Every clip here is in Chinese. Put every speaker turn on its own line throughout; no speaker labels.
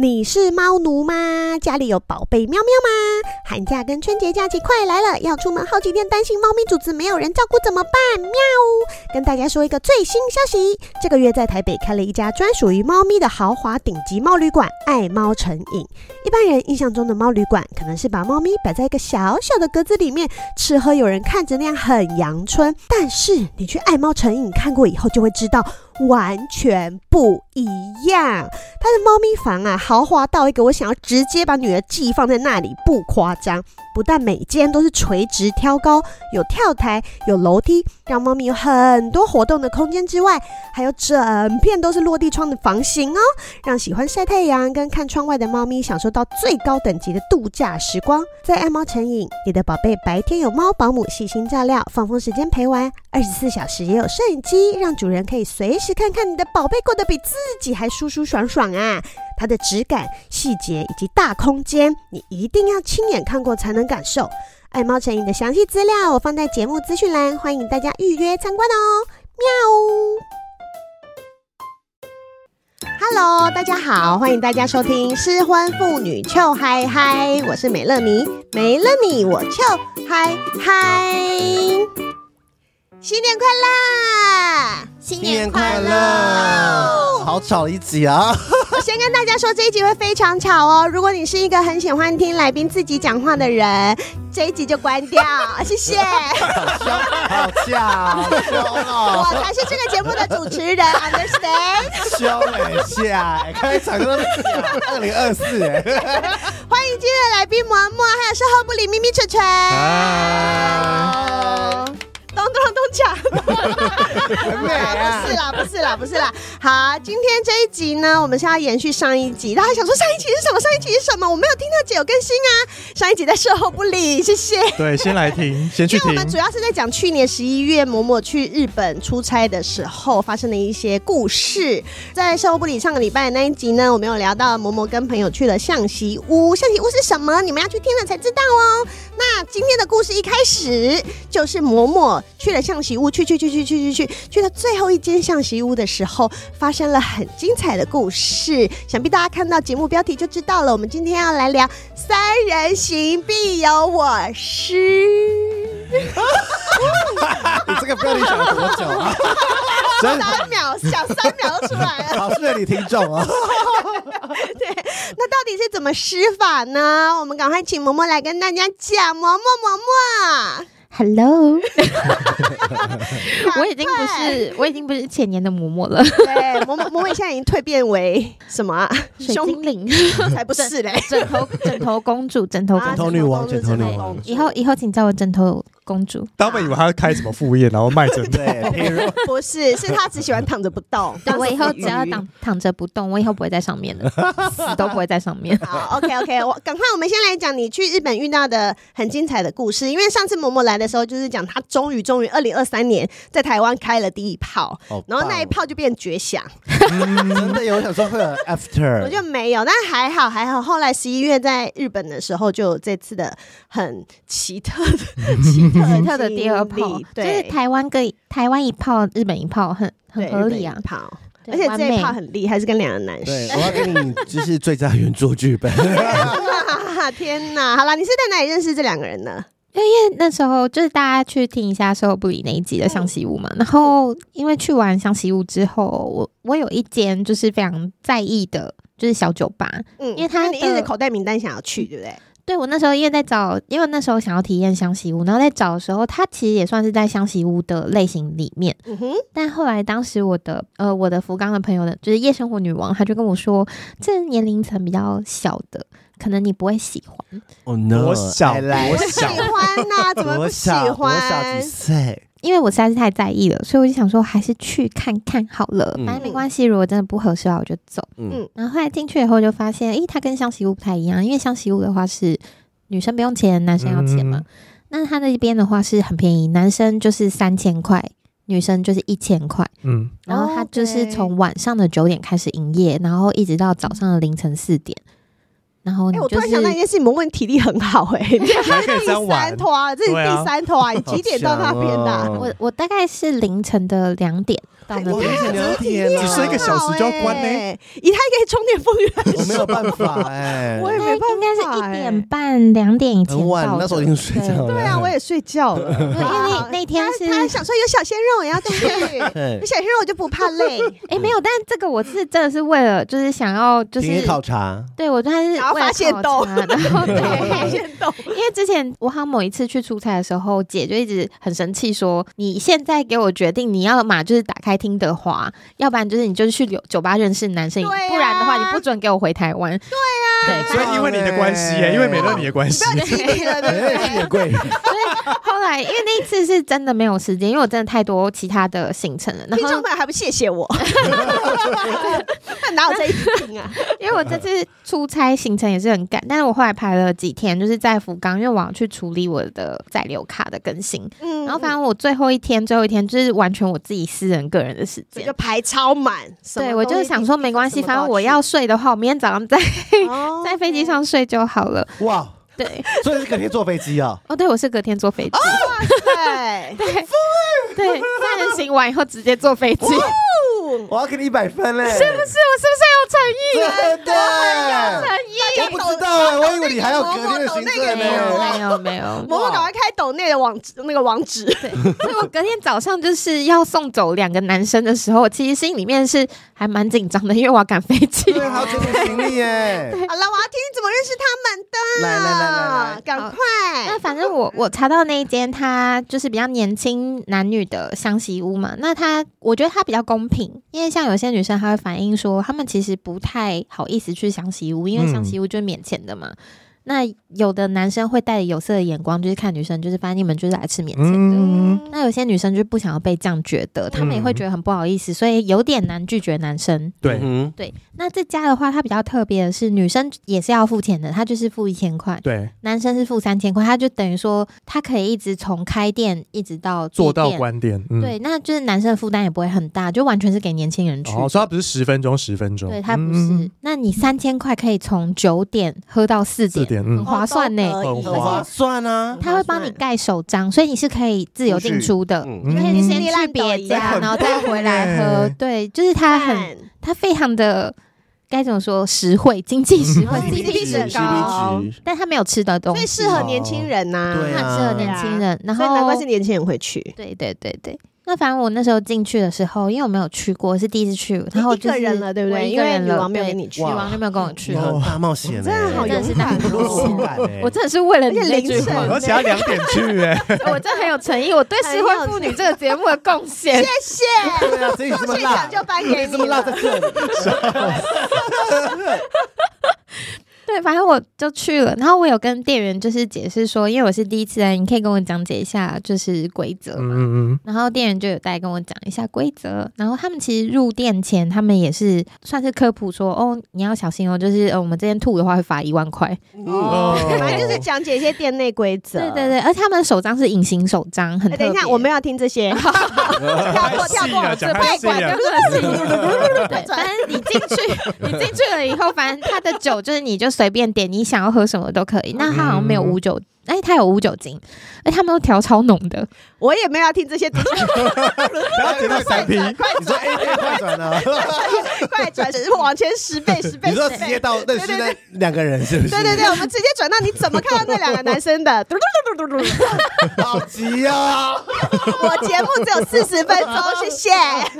你是猫奴吗？家里有宝贝喵喵吗？寒假跟春节假期快来了，要出门好几天，担心猫咪主子没有人照顾怎么办？喵！跟大家说一个最新消息，这个月在台北开了一家专属于猫咪的豪华顶级猫旅馆——爱猫成瘾。一般人印象中的猫旅馆，可能是把猫咪摆在一个小小的格子里面，吃喝有人看着那样很阳春。但是你去爱猫成瘾看过以后，就会知道完全不一样。它的猫咪房啊，豪华到一个我想要直接把女儿寄放在那里，不夸张。不但每间都是垂直挑高，有跳台，有楼梯，让猫咪有很多活动的空间之外，还有整片都是落地窗的房型哦，让喜欢晒太阳跟看窗外的猫咪享受到最高等级的度假时光。在爱猫成瘾，你的宝贝白天有猫保姆细心照料，放风时间陪玩，二十四小时也有摄影机，让主人可以随时看看你的宝贝过得比自己还舒舒爽爽啊。它的质感、细节以及大空间，你一定要亲眼看过才能感受。爱猫成瘾的详细资料我放在节目资讯栏，欢迎大家预约参观哦。喵！Hello，大家好，欢迎大家收听《失婚妇女俏嗨嗨》，我是美乐妮，没了你我俏嗨嗨，新年快乐！
新
新年快乐！好吵一集啊！
我先跟大家说，这一集会非常吵哦。如果你是一个很喜欢听来宾自己讲话的人，这一集就关掉，谢谢。
好凶，好架，好凶
我
哦，
才是这个节目的主持人啊，understand？
凶一下！哎开场就那么讲，二零二四哎，
欢迎今天的来宾嬷嬷，还有售后部里咪咪蠢蠢。咚咚咚锵！
很美啊
不！是啦，不是啦，不是啦。好，今天这一集呢，我们是要延续上一集。大家想说上一集是什么？上一集是什么？我没有听到姐有更新啊。上一集在售后部里，谢谢。
对，先来听，先去
因为我
听。
们主要是在讲去年十一月嬷嬷去日本出差的时候发生的一些故事。在生活不理上个礼拜的那一集呢，我们有聊到嬷嬷跟朋友去了象棋屋，象棋屋是什么？你们要去听了才知道哦。那今天的故事一开始就是嬷嬷去了象棋屋，去去去去去去去，去到最后一间象棋屋的时候，发生了很精彩的故事。想必大家看到节目标题就知道了。我们今天要来聊“三人行必有我师”。
你这个标题想了多久啊？ 真
三秒，小三秒就出来了。
好适合你听众哦。
那到底是怎么施法呢？我们赶快请嬷嬷来跟大家讲。嬷嬷，嬷嬷，
Hello，
快
我已经不是我已经不是前年的嬷嬷 了，
对，嬷嬷嬷嬷现在已经蜕变为什么、啊？
水
胸
精灵、
才不是嘞！
枕头枕头公主、枕头
啊
公
枕
主。
头女王
公主
枕头女王
公主
以后以后请叫我枕头公主。
他们以为他要开什么副业，然后卖枕头。
对，譬如
不是，是她只喜欢躺着不动。
我以后
当
只要躺躺着不动，我以后不会在上面 了，死都不会在上面。
好，OK OK，我赶快，我们先来讲你去日本遇到的很精彩的故事。因为上次嬷嬷来的时候，就是讲她终于终于二零二三年在台湾开了第一炮，
好
然后那一
棒
炮就变绝响。
哦真的有想说会有 after，
我就没有，但还好还好。后来十一月在日本的时候，就有这次的很奇特 的奇特
忐特的第二
经
炮
历，
就
对，
是台湾跟台湾一炮，日本一炮，很很
对
合理啊
日本一。炮，
对
而且
完
这一
美
炮很厉害，是跟两个男
对，
生。
我要给你就是最佳原著剧本。
啊天哪！好啦，你是在哪里认识这两个人呢？
那时候就是大家去听一下《售后不理》那一集的象棋屋嘛，然后因为去完象棋屋之后，我我有一间就是非常在意的，就是小酒吧。
嗯，
因为他
那你一直
的
口袋名单想要去，对不对？
对我那时候因为在找，因为那时候想要体验象棋屋，然后在找的时候，它其实也算是在象棋屋的类型里面。
嗯哼，
但后来当时我的呃我的福冈的朋友呢，就是夜生活女王，她就跟我说，这年龄层比较小的，可能你不会喜欢。
哦 no，
多小
哎来
多
我喜欢呐，怎么不
多
喜
小多小
欢
几？岁？
因为我实在是太在意了，所以我就想说还是去看看好了，
嗯
反正没关系。如果真的不合适的话，我就走。
嗯
嗯，
然后后来进去以后就发现，诶，它跟象棋屋不太一样，因为象棋屋的话是女生不用钱，男生要钱嘛。
嗯
那它那边的话是很便宜，男生就是三千块，女生就是一千块。
嗯，
然后它就
OK
是从晚上的九点开始营业，然后一直到早上的凌晨四点。然后
哎、
你
我突
就
然想到一
是
件事情，我问体力很好哎、你这
还可以
第
这样
三
玩。
拖啊，这是
对啊
第三拖啊，你几点到那边的啊、
好强哦
我我大概是凌晨的两点，到
哎
那
我
边
理。解聊天啊，
只是一个小时就要关呢
欸以他一个充电风源
我没有办法哎，
我也没办
应该
法、
是一点。半、两点以前
很晚
到，的
那时候已经睡觉了。
对啊，我也睡觉了。因
对，因为
啊
那那天是
他想说有小鲜肉也要去，有
对。
小鲜肉我就不怕累。
哎、没有，但这个我是真的是为了，就是想要就
田
是
野考察，
对我算是为
然后
了
发现
考
洞
察然后
发
对。
现到
因为之前我好像某一次去出差的时候，姐就一直很生气说：“你现在给我决定，你要嘛就是打开听的话，要不然就是你就是去酒酒吧认识男生，
对啊
不然的话你不准给我回台湾。”
啊
对
所以因为你的关系耶，因为美乐你的关系，
对了，对
哎，
不
也贵，
后来因为那一次是真的没有时间，因为我真的太多其他的行程了。然
听
后
众朋友还不谢谢我，
对，哪有这一瓶啊？
因为我这次出差行程也是很赶，但是我后来排了几天，就是在福冈，因为我要去处理我的载留卡的更新。
嗯
然后反正我最后一天，最后一天就是完全我自己私人个人的时
我
间
就。排超满。什么
对，我就是想说没关系，反正我要睡的话，我明天早上在
哦
在飞机上睡就好了。
哇！
对，
所以是肯定坐飞机啊，
哦，对，我是隔天坐飞机，
对，
对，哦散行完以后直接坐飞
哦
机，是不是？
我要给你一百分嘞！
我是不是很有诚意？啊
真的？
哎
我不知道哎，我以为你还有隔天的行程
没有，
呢。
没有，没有。
某某赶快开抖内的网址那个网址，
所以我隔天早上就是要送走两个男生的时候，其实心里面是还蛮紧张的，因为我要赶飞机。
对，还有整理行李耶！
好了，我要听你怎么认识他们的。
来来来来来，
赶快！
那反正我我查到那一间，它就是比较年轻男女的相习屋嘛。那它我觉得它比较公平，因为像有些女生她会反映说，她们其实不太好意思去相习屋，因
嗯
为相习屋就是免钱的嘛。那有的男生会带着有色的眼光，就是看女生，就是发现你们就是来吃免钱的。
嗯，
那有些女生就不想要被这样觉得，她们也会觉得很不好意思，所以有点难拒绝男生。
对，
嗯
对，那这家的话，它比较特别的是，女生也是要付钱的，她就是付一千块，
对，
男生是付三千块，他就等于说他可以一直从开店一直到
做到
闭店。
观点，嗯，
对，那就是男生的负担也不会很大，就完全是给年轻人去。
哦，所以它不是十分钟，十分钟，
对他不是，
嗯
那你三千块可以从九点喝到四
四
点，
点，
很
嗯，
划算呢、
哦
很
哼，划
划
算啊！
他会帮你盖手章，所以你是可以自由进出的。
嗯
你可以先去别
嗯
家，
很
然后再回来喝
棒耶。
对，就是他很，他非常的该怎么说实惠，经济实惠
嗯
，CP 值很高
CP 值，
但他没有吃的东
哦所
西
以，适合年轻人呐、
对啊
他适合年轻人。然
所
后
以难怪是年轻人会去。
对对对对。那反正我那时候进去的时候，因为我没有去过，是第一次去，然后我
一
就是
个人了，对不
我
对？
一
因
个
为
人
女
了
王没有
对
跟你
女
去，
哇
王就没有跟我去
你。很大冒险欸，
真的好
真
勇
的是
敢
大冒
哦
险
勇敢欸
我真的是为了你
而且
那
凌
句
晨
话，
而且要两点去，哎，
我真的很有诚意，我对失婚妇女这个节目的贡献。
谢
对啊，所以你这么
谢，现
辣
场，就颁给
你
你
这么辣
了。
在这里，
对，反正我就去了，然后我有跟店员就是解释说，因为我是第一次来，你可以跟我讲解一下就是规则嘛。
嗯嗯
然后店员就有带跟我讲一下规则，然后他们其实入店前，他们也是算是科普说，哦，你要小心哦，就是呃，我们这边吐的话会罚一万 块。
哦
嗯，
反正就是讲解一些店内规则。
啊
对对对，而且他们的手章是隐形手章，很
哎
特别。
等一下，我没有要听 这些。
太
跳过跳
啊
细
过
了，讲太细
对
了，
啊
对，反正你进去， 你进去了以后，反正他的酒就是你就随便点，你想要喝什么都可以。
嗯
那他好像没有无酒，哎，他有无酒精，哎，他们都调超浓的，
我也没有要听这些，
不要点到三瓶，
你说 A 片快转了，
快转是往前十倍、十倍、
你
十
说直接
倍。
到认识那两个人是不是？
对对对，我们直接转到你怎么看到那两个男生的？嘟嘟嘟嘟嘟嘟。
对，好急啊！
我节目只有四十分钟，谢谢。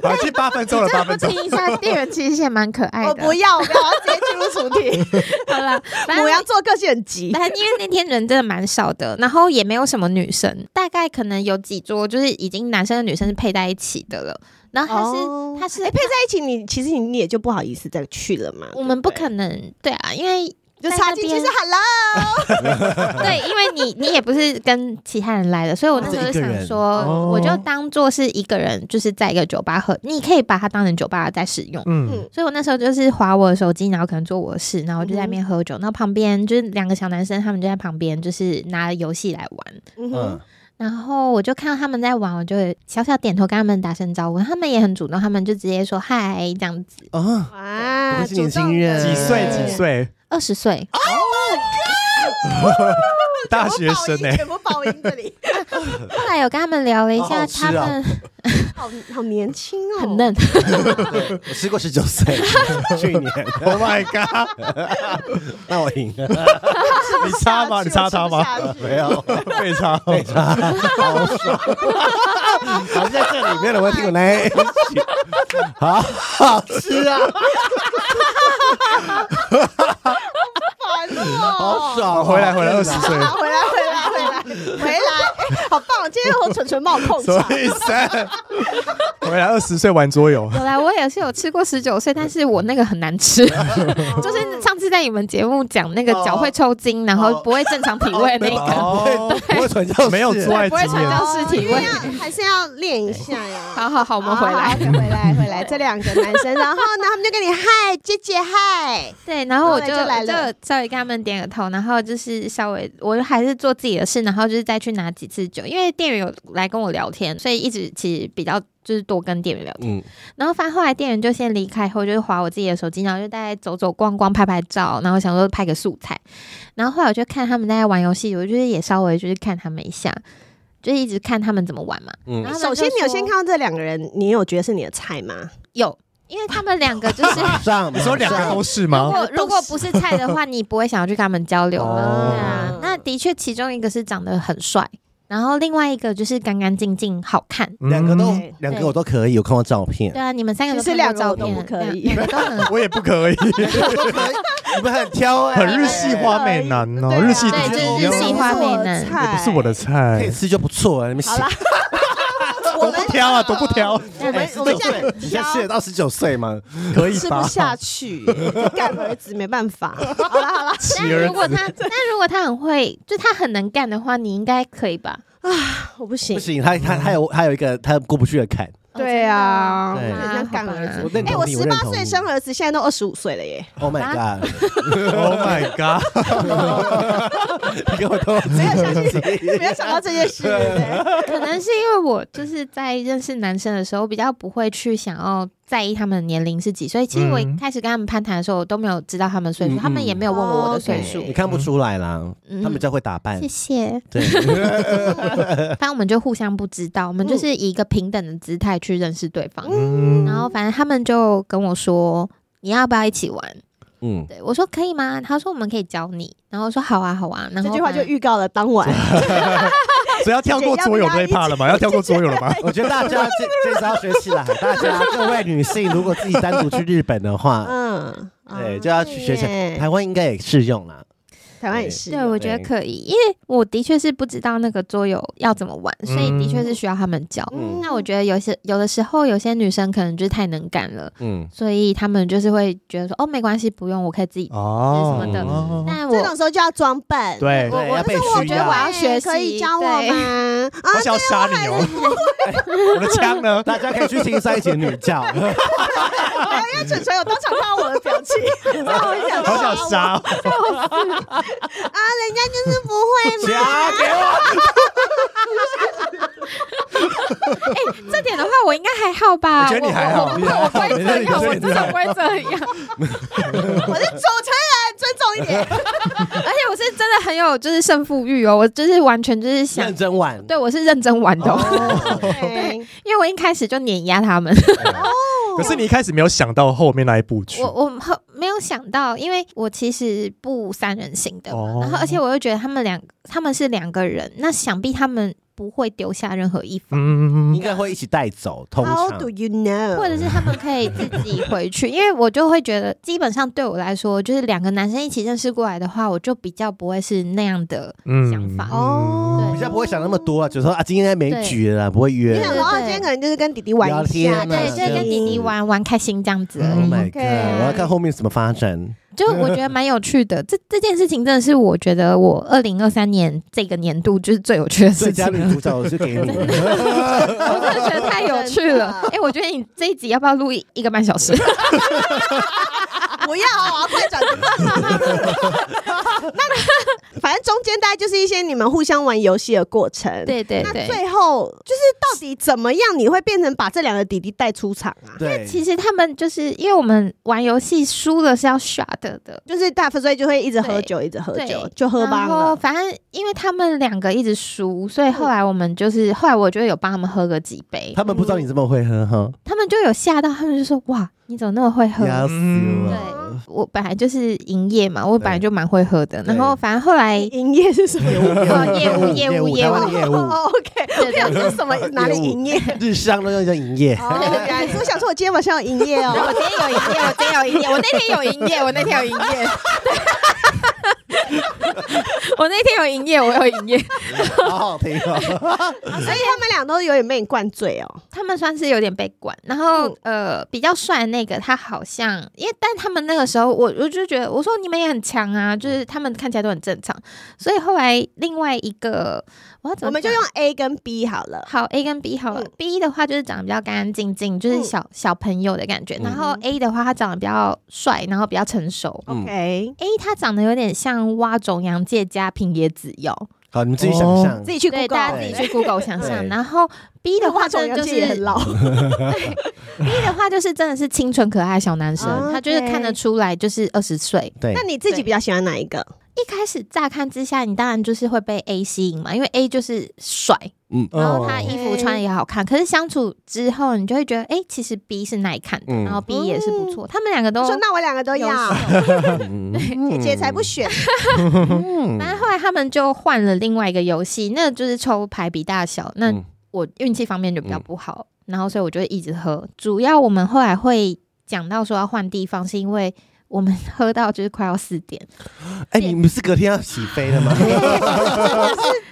好，已经八分钟了，八
这不
分钟，
听一下，店员其实也蛮可爱的。
我不要，我不要，我要直接进入主题。
好了，反正
母羊座个性很急，
反正因为那天人真的蛮少的，然后也没有什么女生，大概可能有几桌就是已经男生跟女生是配在一起的了。然后他是、
哦
他是
哎、配在一起你，其实你你也就不好意思再去了嘛。
我们不
对对
可能对啊，因为
就插进 去是 hello，
对，因为你你也不是跟其他人来的，所以我那时候就想说，
哦
我就当做是一个人，就是在一个酒吧喝，你可以把它当成酒吧在使用。
嗯，
所以我那时候就是划我的手机，然后可能做我的事，然后我就在那边喝酒，然后旁边就是两个小男生，他们就在旁边就是拿游戏来玩。
嗯哼
嗯，
然后我就看到他们在玩，我就小小点头跟他们打声招呼，他们也很主动，他们就直接说嗨这样子。
啊，
哇
我是年轻人
几岁几岁，
二十岁，
大学生
哎，
哎，
全部报音这里，
后来有跟他们聊了一
好
下，
好吃
他
啊
们
好好年轻哦，
很嫩，
我吃过十九岁，去年。
Oh my god！
那我赢了，
你插吗？你插他吗？
没有，
被插。
好像在这里面的，我听我那一集， 好好吃啊，
烦哦，
好爽哦！
回来，回来，二十岁。
啊回来回来回来回来，好棒！今天和纯纯帮 我 控
什么
场，
意思？回来二十岁玩 桌游，
有啦，我也是有吃过十九岁，但是我那个很难吃，就是上次在你们节目讲那个脚会抽筋，然后不会正常体味那个，
哦，
不会传教士
没有做爱
不会
经
传
验，
教士体味。
要还是要练一下呀。
好好好，我
我
们回来。
回来，回来，这两个男生，然后呢，他们就跟你嗨，姐姐嗨，
对，然后我就
后来就来了
就稍微跟他们点个头，然后就是稍微我还是做自己的事，然后就是再去拿几次酒，因为店员有来跟我聊天，所以一直其实比较就是多跟店员聊天。
嗯，
然后反正后来店员就先离开，后就是划我自己的手机，然后就大概走走逛逛、拍拍照，然后想说拍个素材。然后后来我就看他们在玩游戏，我就是也稍微就是看他们一下，就是一直看他们怎么玩嘛。
嗯
然后他
首
们就
先你有先
说
看到这两个人，你有觉得是你的菜吗？
有，因为他们两个 就是。
马上
你说两个都是
如
吗？
果如果不是啊菜的 话，你不会想要去跟他们交流嘛？
哦
对啊，那的确其中一个是长得很帅，然后另外一个就是干干净净、好看。
两个
嗯
都
对
嗯两个我都可以，有看过照片
对，啊，你们三个都
其实
看过
两
照
个我都
片，啊
不可以
两两个都很
我也不可以，
你们很挑哎，
很日系花美男哦，
对啊
日系
对就是日系花美男
哎
不是我的，
哎可以
菜，
吃就不错啊，你们
好啦
都不挑啊，都不挑，
我们我们这样
你现在吃得到十九岁吗？
可以
吃不
吧？
下 去，干儿子没办法。 好啦好啦，
企
那
儿
如果
子，
他，那如果他很会，就他很能干的话，你应该可以吧？
我不行
不，行，他他他有他有一个他过不去的坎，
对啊
哦真的
对
啊
人家干
好吧
儿子
我认
哎，
同
我
你，
十
认
八
同
岁
你
生儿子，现在都二十五岁了耶，
，Oh my god，
Oh my god！
你给我偷
没有想去，没有想到这件事， 对不对
可能是因为我就是在认识男生的时候，比较不会去想要在意他们的年龄是几岁。其实我一
嗯
开始跟他们攀谈的时候，我都没有知道他们岁数，
嗯
他们也没有问我我的岁
哦
数
，OK。
你看不出来啦，
嗯
他们比较会打扮
谢，谢。
对，
反正我们就互相不知道，我们就是以一个平等的姿态去认识对方。
嗯
然后反正他们就跟我说。你要不要一起玩？
嗯，
对我说可以吗？他说我们可以教你，然后我说好啊好啊。然后
这句话
反
就
正
预告了当 晚。
所以要跳过桌游这一趴了吗？要跳过桌游了吗？
我觉得大家这这次要学起来，大家各位女性，如果自己单独去日本的话，
嗯，
对，
啊
就要去学
对
起来。
耶
台湾应该也适用啦，
台湾也是
对，我觉嗯得可以，因为我的确是不知道那个桌游要怎么玩，所以的确是需要他们教。
嗯
那我觉得有些有的时候有些女生可能就是太能干了，
嗯，
所以他们就是会觉得说哦没关系，不用，我可以自己。
哦
什么的
哦
但
这
我
种时候就要装笨。，
对，
对，啊要被
我
需
觉得我
要。
要学习，
可以教我
吗？啊
我，想要杀你哦！ 我的枪呢？
大家可以去听上一集的女教，
啊哎因为蠢蠢有当场看到我的表 情，知道我想
好 想杀哦！
啊，人家就是不会嘛。
夹给我，
这点的话，我应该还好吧？
我觉得你还好
我我
你
我
还好
我不会这样，
我觉
我
得你
至少不会这样。
我是主持人，尊重一点。
而且我是真的很有就是胜负欲哦，我就是完全就是想
认，真玩。
对我是认真玩的哦、
对，
因为我一开始就碾压他们。
可是你一开始没有想到后面那一部曲
我我后没有想到，因为我其实不三人行的嘛，
哦
然后而且我又觉得他们两他们是两个人，那想必他们不会丢下任何一方，
应
嗯，
该会一起带走，通
How
常
do you know？
或者是他们可以自己回去，因为我就会觉得，基本上对我来说，就是两个男生一起认识过来的话，我就比较不会是那样的
嗯
想法。
哦，
比较不会想那么多啊，就说啊，今天没局了，不会
你
约。
想说，哦，今天可能就是跟弟弟玩一下，
聊天啊
对，就是跟弟弟玩玩开心这样子而
Oh
已，
my god！
OK
我要看后面怎么发展。
就我觉得蛮有趣的。这这件事情真的是我觉得我二零二三年这个年度就是最有趣的
最
事情
佳
了。
女主角我就给你，
我真的觉得太有趣了。 哎、我觉得你这一集要不要录一一个半小时？
啊 不要，我要快转。那反正中间大概就是一些你们互相玩游戏的过程。
对对
那
对。
最后就是到底怎么样，你会变成把这两个弟弟带出场啊？
对，
其实他们就是因为我们玩游戏输了是要 shut 的，
就是大所以就会一直喝酒，一直喝酒，就喝吧
然后
了。
反正因为他们两个一直输，所以后来我们就是后来我就有帮他们喝个几杯，
他们不知道你这么会喝哈，
他们就有吓到，他们就说哇，你怎么那么会喝？
压死我
对
了。
我本来就是营业嘛，我本来
对
就蛮会喝的，
对
然后反正后来
营业是什么？
哦业务业务
台湾的业务，
哦，OK，我
啊
想说什么哪里营业？
日商都叫营业。
哦，原来 是我想说，我今天晚上有营业哦。
我今天有营业，我今天有营业，我那天有营业，我那天有营业，我那天有营业，我有营业。
好好听哦。
所以他们俩都有点被你灌醉哦。
他们算是有点被管，然后、呃，比较帅的那个他好像，因为但他们那个时候，我我就觉得我说你们也很强啊，就是他们看起来都很正常，所以后来另外一个我要怎么
我们就
讲
用 A 跟 B 好了。
好 A 跟 B 好了、
嗯
b 的话就是长得比较干干净净，就是
嗯
小、小朋友的感觉，
嗯
然后 A 的话他长得比较帅，然后比较成熟。
嗯
OK，
A 他长得有点像蛙种洋介加平野紫耀，
好，你们自己想象
哦自。己去
对，
Google，
大家自己去 Google 想象。
对
然后 B 的话
总
真
阳
的就
气也
是
很老，
B 的话就是真的是清纯可爱的小男生，
哦
他就是看得出来就是二十岁。
对
那，你自己比较喜欢哪一个？
一开始乍看之下，你当然就是会被 A 吸引嘛，因为 A 就是帅，
嗯
然后他
哦
衣服穿的也好看。可是相处之后，你就会觉得，哎、其实 B 是耐看的，
嗯
然后 B 也是不错，他们两个
嗯
都
我说那我两个都要
优，秀
嗯嗯
姐才不选。
嗯
反正后来他们就换了另外一个游戏，那就是抽牌比大小。那
嗯
我运气方面就比较不好，然后所以我就一直喝。主要我们后来会讲到说要换地方，是因为我们喝到就是快要四点，
哎，你们是隔天要起飞的吗？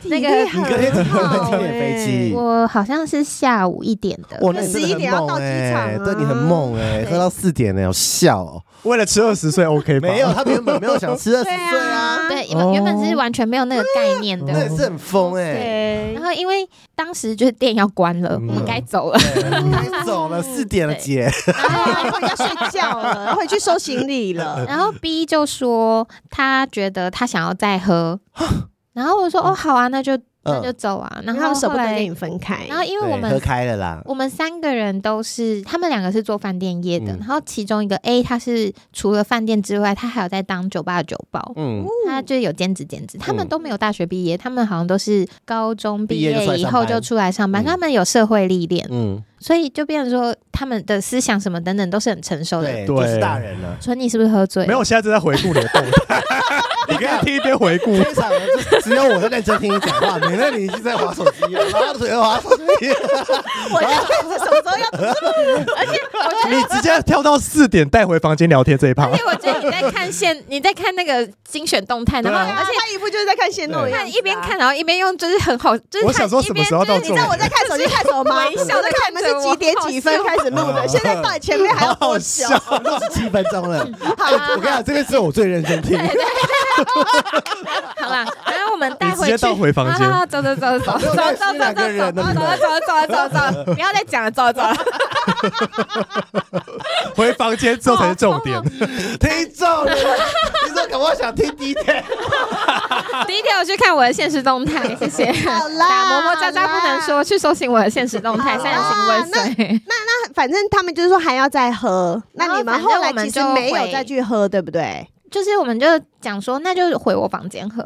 那个
你隔天怎么 会几点
欸
飞机？
我好像是下午一点的。
哇，那你
11
真的
点要
很
到
猛
机
哎，
场啊
对你很猛哎，
对
喝到四点呢，有笑哦。
为了吃二十岁 OK 吧？
没有，，他原本没有想 吃二十岁啊，
啊，
对，原本原本是完全没有那个概念的。
那也是很疯哎。
然后因为当时就是店要关了，
嗯
我们该走了。
该走了，四点了，
对
姐。
然后要睡觉了，回去收行李了。
然后 B 就说他觉得他想要再喝， 然后我说哦好啊，那就那就
嗯，
走啊。然
然
后
后他们舍不
后
得
来
跟你分开，
然后因为我
对，喝
们
开了啦。
我们三个人都是，他们两个是做饭店业的，
嗯
然后其中一个 A 他是除了饭店之外，他还有在当酒吧的酒保。
嗯，
他就是有兼职兼职，他们
嗯
都没有大学毕业，他们好像都是高中毕
毕业就出来
以
上
后
班
就出来上班，
嗯
他们有社会历练，
嗯，
所以就变成说他们的思想什么等等都是很成熟的。
对，
对
就是大人了。
纯，你是不是喝醉了？
没有，我现在正在回顾你的动 态，你刚才听一边回顾，
非常就只有我在认真听你讲话，你那你已经在划手机了，然后腿划手机，
我就看是什 么时候要
你直接跳到四点带回房间聊天这一趴
而。且我觉得你在看现，你在看那个精选动态，然后
对啊
而
而
且
且他一副就是在看线动的样
看
子啊
一边，看，然后一边用就是很好，就是
我
他
想说什么时候到
一边
你
这种
就是
知道我在看手机看什么吗？
微笑
我
地
在
看
看
着
你
我
们是几点几分开始录
嗯
的，现在到底前面还要多久？
六十七分钟了。
啊
哎我跟你讲，这边是我最认真听，
好啦，然后我们带
你直
回
接
去，
倒回房间
好好好走走走 走走走走走走走走走走走走，不要再讲了，走走。
回房间之后才是重点。
听众了，听众可不好想听第一天，
第一天我去看我的现实动态，谢谢。
好啦
打磨磨渣渣不能说，去搜寻我的现实动态，
好啦
三人行温水。
反正他们就是说还要再喝，
然后
那你们
反正
后来
我们
其实
就
没有
回
再去喝，对不对
就是我们就讲说，那就回我房间喝，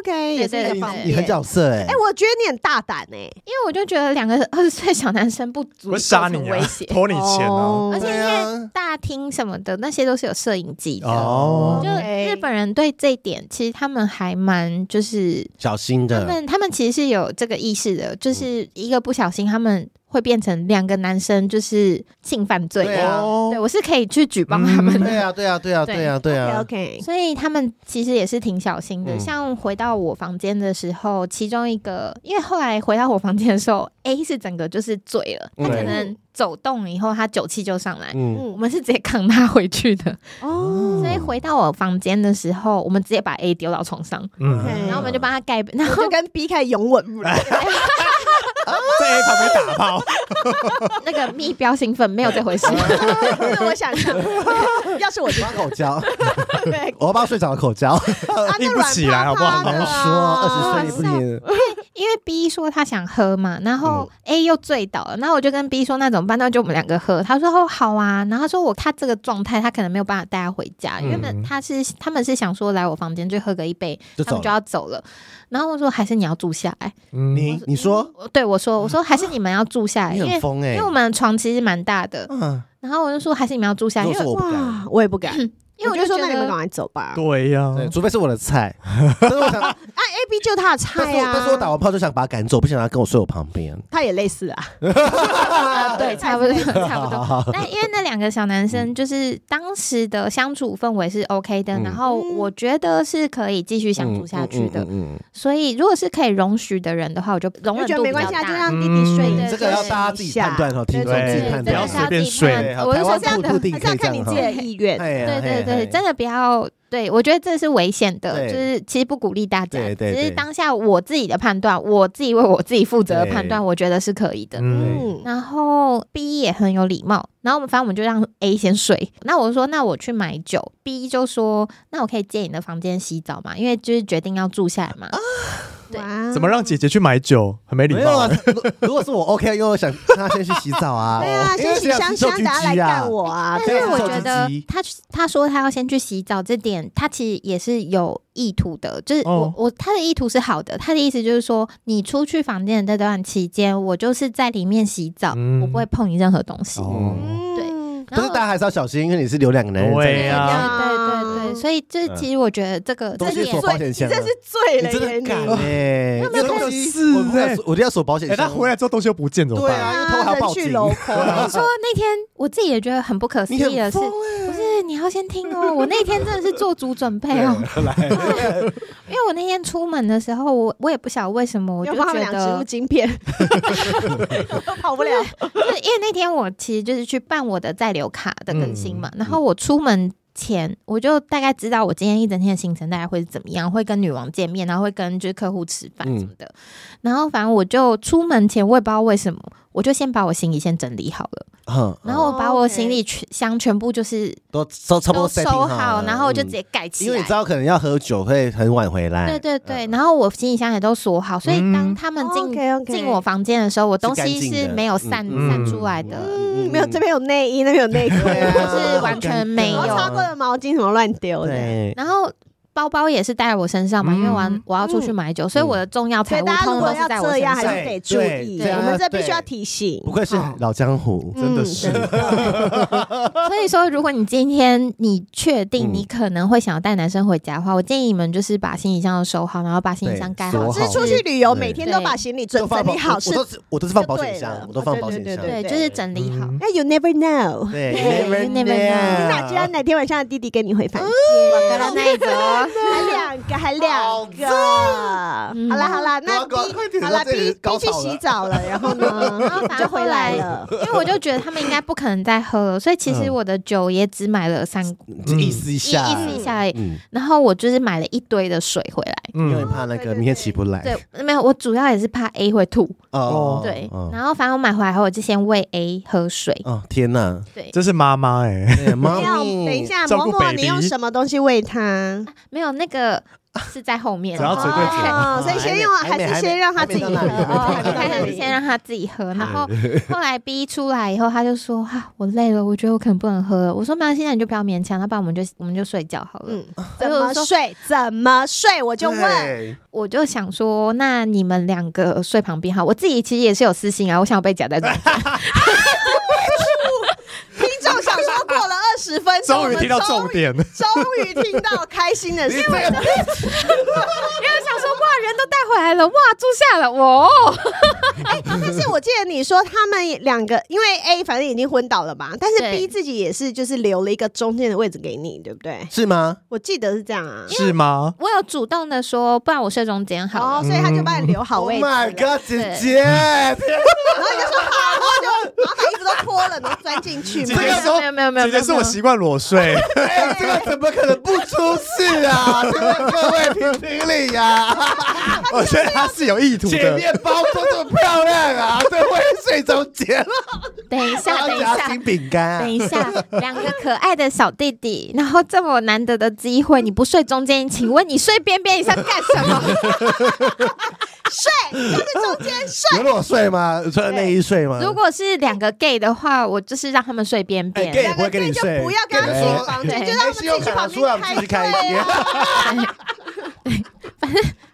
？OK，也是
对
一
对
个方
对
你很
便。
角色哎
欸
哎，，我觉得你很大胆哎，
因为我就觉得两个二十岁小男生不足
我杀
构
你
成
啊
威胁！，
偷你钱啊！
哦
而且因
对
为
啊
大厅什么的那些都是有摄影机的。
哦
就
OK
日本人对这一点，其实他们还蛮就是
小心
他
的，
们他们其实是有这个意识的，就是一个不小心，他们会变成两个男生就是性犯罪
对
的。
啊
哦
对，我是可以去举报他们
对
的。
啊，对啊，对啊，对啊，对啊，
OK，
所以他们其实也是挺小心的。
嗯
像回到我房间的时候，其中一个，因为后来回到我房间的时候，A 是整个就是醉了，他可
对
能走动以后，他酒气就上来。
嗯，
我们是直接扛他回去的，
哦，
所以回到我房间的时候，我们直接把 A 丢到床上，
嗯，
然后我们就帮他盖被，然
我
后
就跟 B 开始拥吻，
在 A 旁边打炮，
那个密标兴奋没有这回事。
嗯
那我想象， 要是我就
我要口 交，
对，
我要帮睡着的口交。
哦
啊
硬不起来好不好
难说，二十岁你不行。
因为 B 说他想喝嘛，然后
嗯
A 又醉倒了，然后我就跟 B 说那怎么办？那就我们两个喝。他说哦好啊，然后他说我他这个状态他可能没有办法带他回家，
嗯
因为他们他是他们是想说来我房间就喝个一杯，
就
他们
走
就
了。
要走了。然后我说还是你要住下来，
嗯
你你说
我对我说我说还是你们要住下来，
你
因为
很疯
因
欸
哎
为我，们床其实蛮大的，
嗯，
然后我就说还是你们要住下来，
如
因
果是
为
我不敢，
哇，我也不敢，
因为我就
觉
说
得
那
你们赶
个
快走吧。
对呀，
对，除非是我的 菜。但是我想，
啊，A B 就他的
但
菜
是我
呀，
但是我打完炮就想把他赶走，不想让他跟我睡我旁边。
他也类似啊，
啊对，差不多差不多。
好，
那因为那两个小男生就是当时的相处氛围是 OK 的，
嗯
然后我觉得是可以继续相处下去的，
嗯，
所以如果是可以容许的人的话，我就容
我
忍
觉得
度
没
比
关
较
系啊，就
大。
让弟弟睡
嗯
一
这个要大家自己判断哦，听众
对
自
对
己
对
判
不
断
要。随便睡
对
好
我
台
就
湾
说这
不
样
固定
还是
可
要
以这
看你
样
自
哈
己。的意愿。
哎
对
呀
对对，真
的
的不要。对，我觉得这是危险的，
对
就是其实不鼓励大家。
对对
只
对
是当下我自己的判断，我自己为我自己负责的判断，我觉得是可以的。
嗯，
嗯，
然后 B 也很有礼貌，然后我们反正我们就让 A 先睡。那我就说，那我去买酒。B 就说，那我可以借你的房间洗澡嘛，因为就是决定要住下来嘛。对
哇
怎么让姐姐去买酒？嗯很没礼
没有
貌
啊，如如果是我 OK，因为我想让他先去洗澡啊。
对啊，
因为
先请
这样
香
子就
香达来
狙击啊
干我啊！
但是我觉
这样
得
子
他他说他要先去洗澡，这点他其实也是有意图的，就是我、
哦
我他的意图是好的，他的意思就是说，你出去房间的这段期间，我就是在里面洗澡，
嗯
我不会碰你任何东西。
哦，
对
嗯，
可
然
是
后
大家还是要小心，因为你是留两个男人在
对啊
里面，
呀
对对对，所以这
嗯
其实我觉得这个
东
这
西
点
锁保险箱啊，
这是醉
你
了
真
耶，
的敢
啊
你
哎，
没有
这东
没有
西
事
我不敢
哎
锁，我一定要锁保险
哎，
箱。
他回来之后东西又不见怎么
对
办？
啊，因为偷还要报
人去
警。啊
楼空，
我跟你说那天我自己也觉得很不可思
你
议的
很
是，
疯哎
不是你要先听哦，我那天真的是做足准备哦， 因为我那天出门的时候，我我也不晓得为什么，我就
要帮他
觉
们俩植
得
入，晶片， 都跑不了。哦
就是因为那天我其实就是去办我的在留卡的更新
嗯
嘛，然后我出门。前我就大概知道我今天一整天的行程大概会是怎么样，会跟女王见面，然后会跟就是客户吃饭
嗯
什么的。然后反正我就出门前，我也不知道为什么，我就先把我行李先整理好了，
嗯，
然后我把
哦
我
，OK
行李全箱全部就是
都收差不
都
多
收
setting
好，
了
然后我就直
嗯
接盖起来。
因为你知道可能要喝酒会很晚回来，
对对对，然后我行李箱也都锁好，所以当他们进
哦 OK，OK
进我房间的时候，我东
嗯是
西
干净
是
的
没有散
嗯
散出来的，
嗯，没有，这边有内衣，那边有内裤，
对啊
就是完全没
然后
好
有
尴尬。
擦过的毛巾什么乱丢的，
对，
然后包包也是带在我身上嘛，因为我要
嗯
我要出去买酒，所以我的重要
所
财
以
物
大家
通
如
通
果
都
要
是在我
这
身
样，
上。
还是得注意。
对对
我们这
对
必须要提醒。
不愧是老江湖，
嗯真的是
所以说，如果你今天你确定
嗯
你可能会想要带男生回家的话，我建议你们就是把行李箱都收好，然后把行李
对
箱盖
锁
好
好。
只是出去旅游，每天都
对
把行李
就
整
放
整
保
理好
我
是
我都是我都是放保
就
险
对
箱
了，
我都放
对
保
对
险
对
箱，
对，
对
就是整理好。
嗯
那 you never know，
对
对
，never
you never know
那居然
know，嗯
哪天晚上弟弟跟你回房间，
广告的那一则。
还两个，还两个。好啦好啦，那
呱呱
B
快点
好啦
这里
，B
高
B 去
潮
洗
了
澡 了，然后呢
然后反
你
正
就
后
回来
来
了。
因为我就觉得他们应该不可能再喝了，所以其实我的酒也只买了三
就意思一
一
下，
一次一下而已，
嗯，
然后我就是买了一堆的水回来。
因为
嗯，
怕那个明天起不来，
对，没有，我主要也是怕 A 会吐。
哎哦，
对，
哦
然后反正我买回来后，我就先喂 A 喝水。
哦，天哪，
对，
这是妈妈哎，
对妈
没有，等一
咪，
下，
照
嬷
顾
嬷，
baby
你用什么东西喂它？
没有那个是在后面。
只要嘴对嘴
哦，所以先用，
还
还
没
是先让它自己喝。
还没
哦，
哦，
还是先让他自己喝，然后后来逼出来以后，他就说：“啊，我累了，我觉得我可能不能喝了。”我说：“没关系，那你就不要勉强，要不然我们就我们就睡觉好了。”
嗯，
所
怎
以我
么
就说
睡？怎么睡？我就问，
对，
我就想说，那你们两个睡旁边哈，我自己其实也是有私心啊，我想要被夹在中间。
听众想说过了二十分钟，
终于听到重点了，
终于听到开心的事，
因为想说哇，人都带回来了，哇，住下了，我
但是我记得你说他们两个，因为 A 反正已经昏倒了嘛，但是
对
B 自己也是就是留了一个中间的位置给你，对不对？
是吗？
我记得是这样啊。
是吗？
我有主动的说，不然我睡中间好了。
哦，所以他就帮你留好
Oh
位置
嗯
了
my
然
god，姐姐，
后你就说好，然后就然后把衣服都脱了，然后钻进去
姐
嘛。
姐说
没有没有没有没有没有
姐姐是我习惯裸睡，
哎这个怎么可能不出事啊， 请问各位评评理呀、
我觉得哦他是有意图
前
的。
面包装这么漂亮啊，这会睡着节了，
等一下，
要
等一
夹
下
心，饼干、
等一下，两个可爱的小弟弟，然后这么难得的机会，你不睡中间，请问你睡边边，你想干什么？
睡就是中间睡，
有裸睡吗？有穿内衣睡吗？
如果是两个 gay 的话，我就是让他们睡边边。
哎 gay 也
两
不会
个
跟
gay
你
就
睡，
不要跟他
对
睡房间，
对
就让他们自己去旁
出来，我
边开
们继续开一
对
间
啊。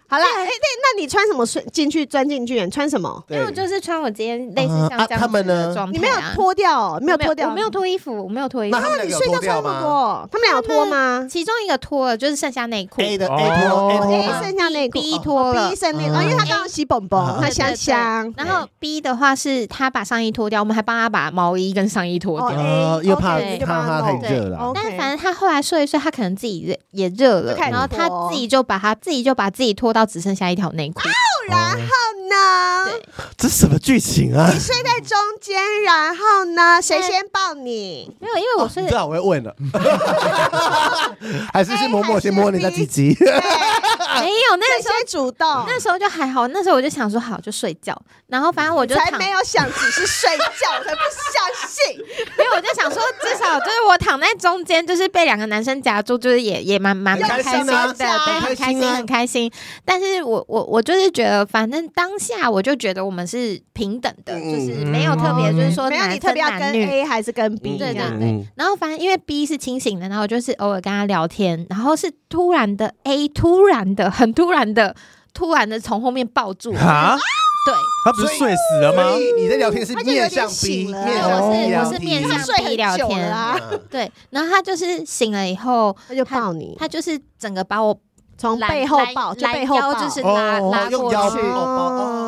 好啦，哎，对，那你穿什么睡进去钻进去？你穿什么？
因为我就是穿我今天类似像这
啊
样
他们呢
子的状态啊
你没有脱掉哦，没有
我
脱掉，
我没有。脱衣服，我没有脱衣服
那。他们两
你
个
睡觉
脱
穿
掉
那么
吗
多，他们俩有脱吗
其中一个脱了，就是剩下内裤。
？A 的 A 脱
哦
A 脱
？A
吗？
剩下内裤
，B 脱了
，B 剩内裤，哦因为他刚刚洗蹦蹦，
嗯
他
对
香香。
然后 B 的话是他把上衣脱掉，我们还帮他把毛衣跟上衣脱
哎
掉。
哦又怕怕
他
他太热了
但反正他后来睡一睡，他可能自己也也热了，
就开始
然后他
脱
自己就把他自己就把自己脱到只剩下一条内裤。
然后呢？
对
哦这什么剧情啊？
Oh 你睡在中间，然后呢？
哎
谁先抱你？
没有，因为我
啊哦
睡
你知道我会问了，还是是某某先摸你的鸡鸡？
对，
没有那
谁
个时候。
先主动？
哎那时候就还好，那时候我就想说好就睡觉，然后反正我就
才
躺，
没有想，只是睡觉，我 才不相信。
没有我就想说至少就是我躺在中间，就是被两个男生夹住，就是也也蛮蛮
很
蛮
开
开心
心
的，
啊
对，很
很开
开心
心啊
很开心。但是我我我就是觉得，反正当下我就觉得我们是平等的，就是没有特别就是说
嗯没有，
男
你
生
特别要
男
跟
女嗯
A 还是跟
嗯
B？
对对
啊
对，然后反正因为 B 是清醒的，然后我就是偶尔跟他聊天，然后是突然的 A 突然的 很突然的突然的从后面抱住我，
啊，
对，
他不是睡死了吗
所？以你在聊天是面向
他就有点
B，
醒了
面向
我
B
是
啊
我是面向
他睡
B 聊
很久
天
了啊，
对，然后他就是醒了以后，
他就抱你，
他就是整个把我
从
拦
背后
拦
抱，就
拦
背后
腰
抱。
就是
哦
拉
哦
拉
用
过
腰
去，
包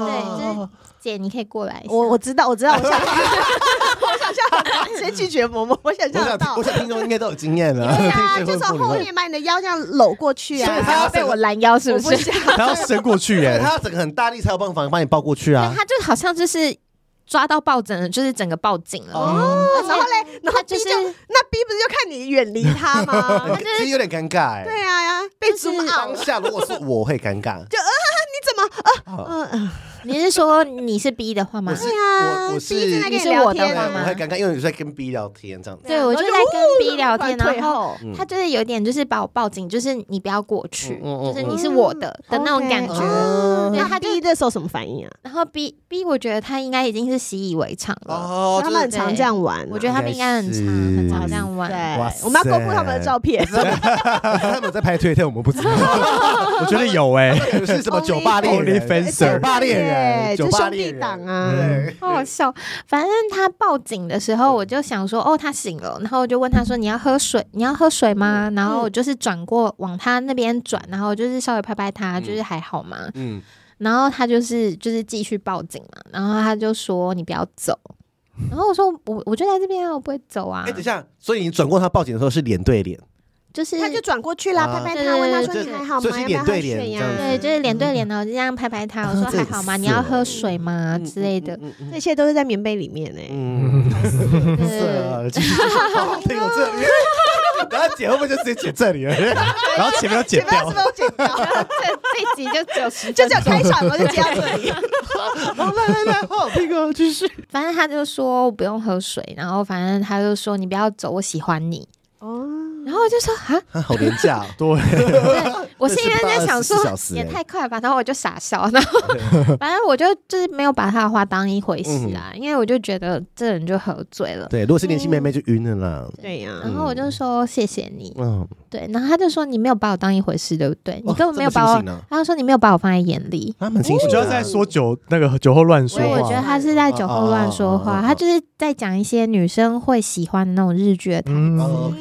对，就
哦
是姐你可以过来一下，
我我知道，我知 道，我想， 我想象得到谁拒绝嬷嬷，我想
我
象得
想
到
我。想听众应该都有经验了，
对 啊，就
听
从
说
后面把你的腰这样搂过去
所以
啊，
他要
被我拦腰是
我
不
不
是？
想。
他要伸过去
对，
耶，
他整个很大力才有办法把你抱过去
对
啊，
他就好像就是抓到抱枕了，就是整个抱紧了。
哦，然后嘞，然后
他
B
就是
就那 B 不是就看你远离他吗？
就
其实有点尴尬哎。
对啊呀，被
就是
阻挠
当下如果是我会尴尬，
嗯嗯，
你是说你是 B 的话吗
我？是
对啊
我我
B
是
正在跟
你
你
是
聊
我的
天
妈妈
我
啊
会，尴尬，因为你在跟 B 聊天这样子。
对，啊我就在跟 B 聊天，然后
后
嗯
他就是有点就是把我抱紧，就是你不要过去，
嗯嗯嗯
就是你是我的的那种感觉。对
哦那
他就
B 这时候什么反应啊？
然后 B B，我觉得他应该已经是习以为常了。
哦，
他们很常这样玩啊。
我觉得他们应该很常
应该是
很常这样玩。
哇
对，
塞
我们要公布他们的照片。
他们在拍推特，我们不知道
我觉得有 哎。
是什么酒吧恋
Only
人。
哎
fencer，
酒吧恋
对，
人，
就
酒
兄
吧
弟
恋人
党啊。
嗯
好好笑，反正他报警的时候，
嗯
我就想说，哦，他醒了，然后我就问他说，你要喝水？你要喝水
嗯
吗？然后我就是转过往他那边转，然后就是稍微拍拍他，就是还好吗？
嗯，
然后他就是就是继续报警嘛，然后他就说你不要走，然后我说我我就在这边啊，我不会走啊
哎，，等一下，所以你转过他报警的时候是脸对脸，
就是
他就转过去啦，
啊
拍拍他，问他
对
说：“
对
你
对
还好
所
吗？
以是
要不要
脸
喝
对脸
水啊
这样
呀
对，就是脸对脸的，我哦就这样拍拍他，我说
这
还
也
好吗？
是
你要
哦
喝水吗之类 的？”，
这些都是在棉被里面呢。
嗯，
对对
是
对
啊，就是好听我这里，然后姐会不会就直接剪这里了？
然后前面要剪
不要
掉
什，么剪掉，
这这集 就只有十
就
分
只有开场我就接到这 里。
来来来，好好听哦，就是
反正他就说我不用喝水，然后反正他就说你不要走，我喜欢你。
哦，
然后我就说啊，
好廉价哦，
对，
对我心里面在想说
24小时
也
欸
太快了吧，然后我就傻笑， 然后反正我就就是没有把他的话当一回事啊，
嗯
因为我就觉得这人就喝醉了。
对，如果是年轻妹妹就晕了啦。
对呀，
然后我就说谢谢你，
嗯，
对，然后他就说你没有把我当一回事，对不对？你
哦
根本没有
这么
把我
清，醒啊
他就说你没有把我放在眼里。
他们清
我
醒啊，
就要在说酒那个酒后乱说
所以我觉得
话，
他是在酒后乱
哦哦
说
哦哦
话，
哦
他就是在讲一些女生会喜欢的那种日剧的台词。
嗯，
OK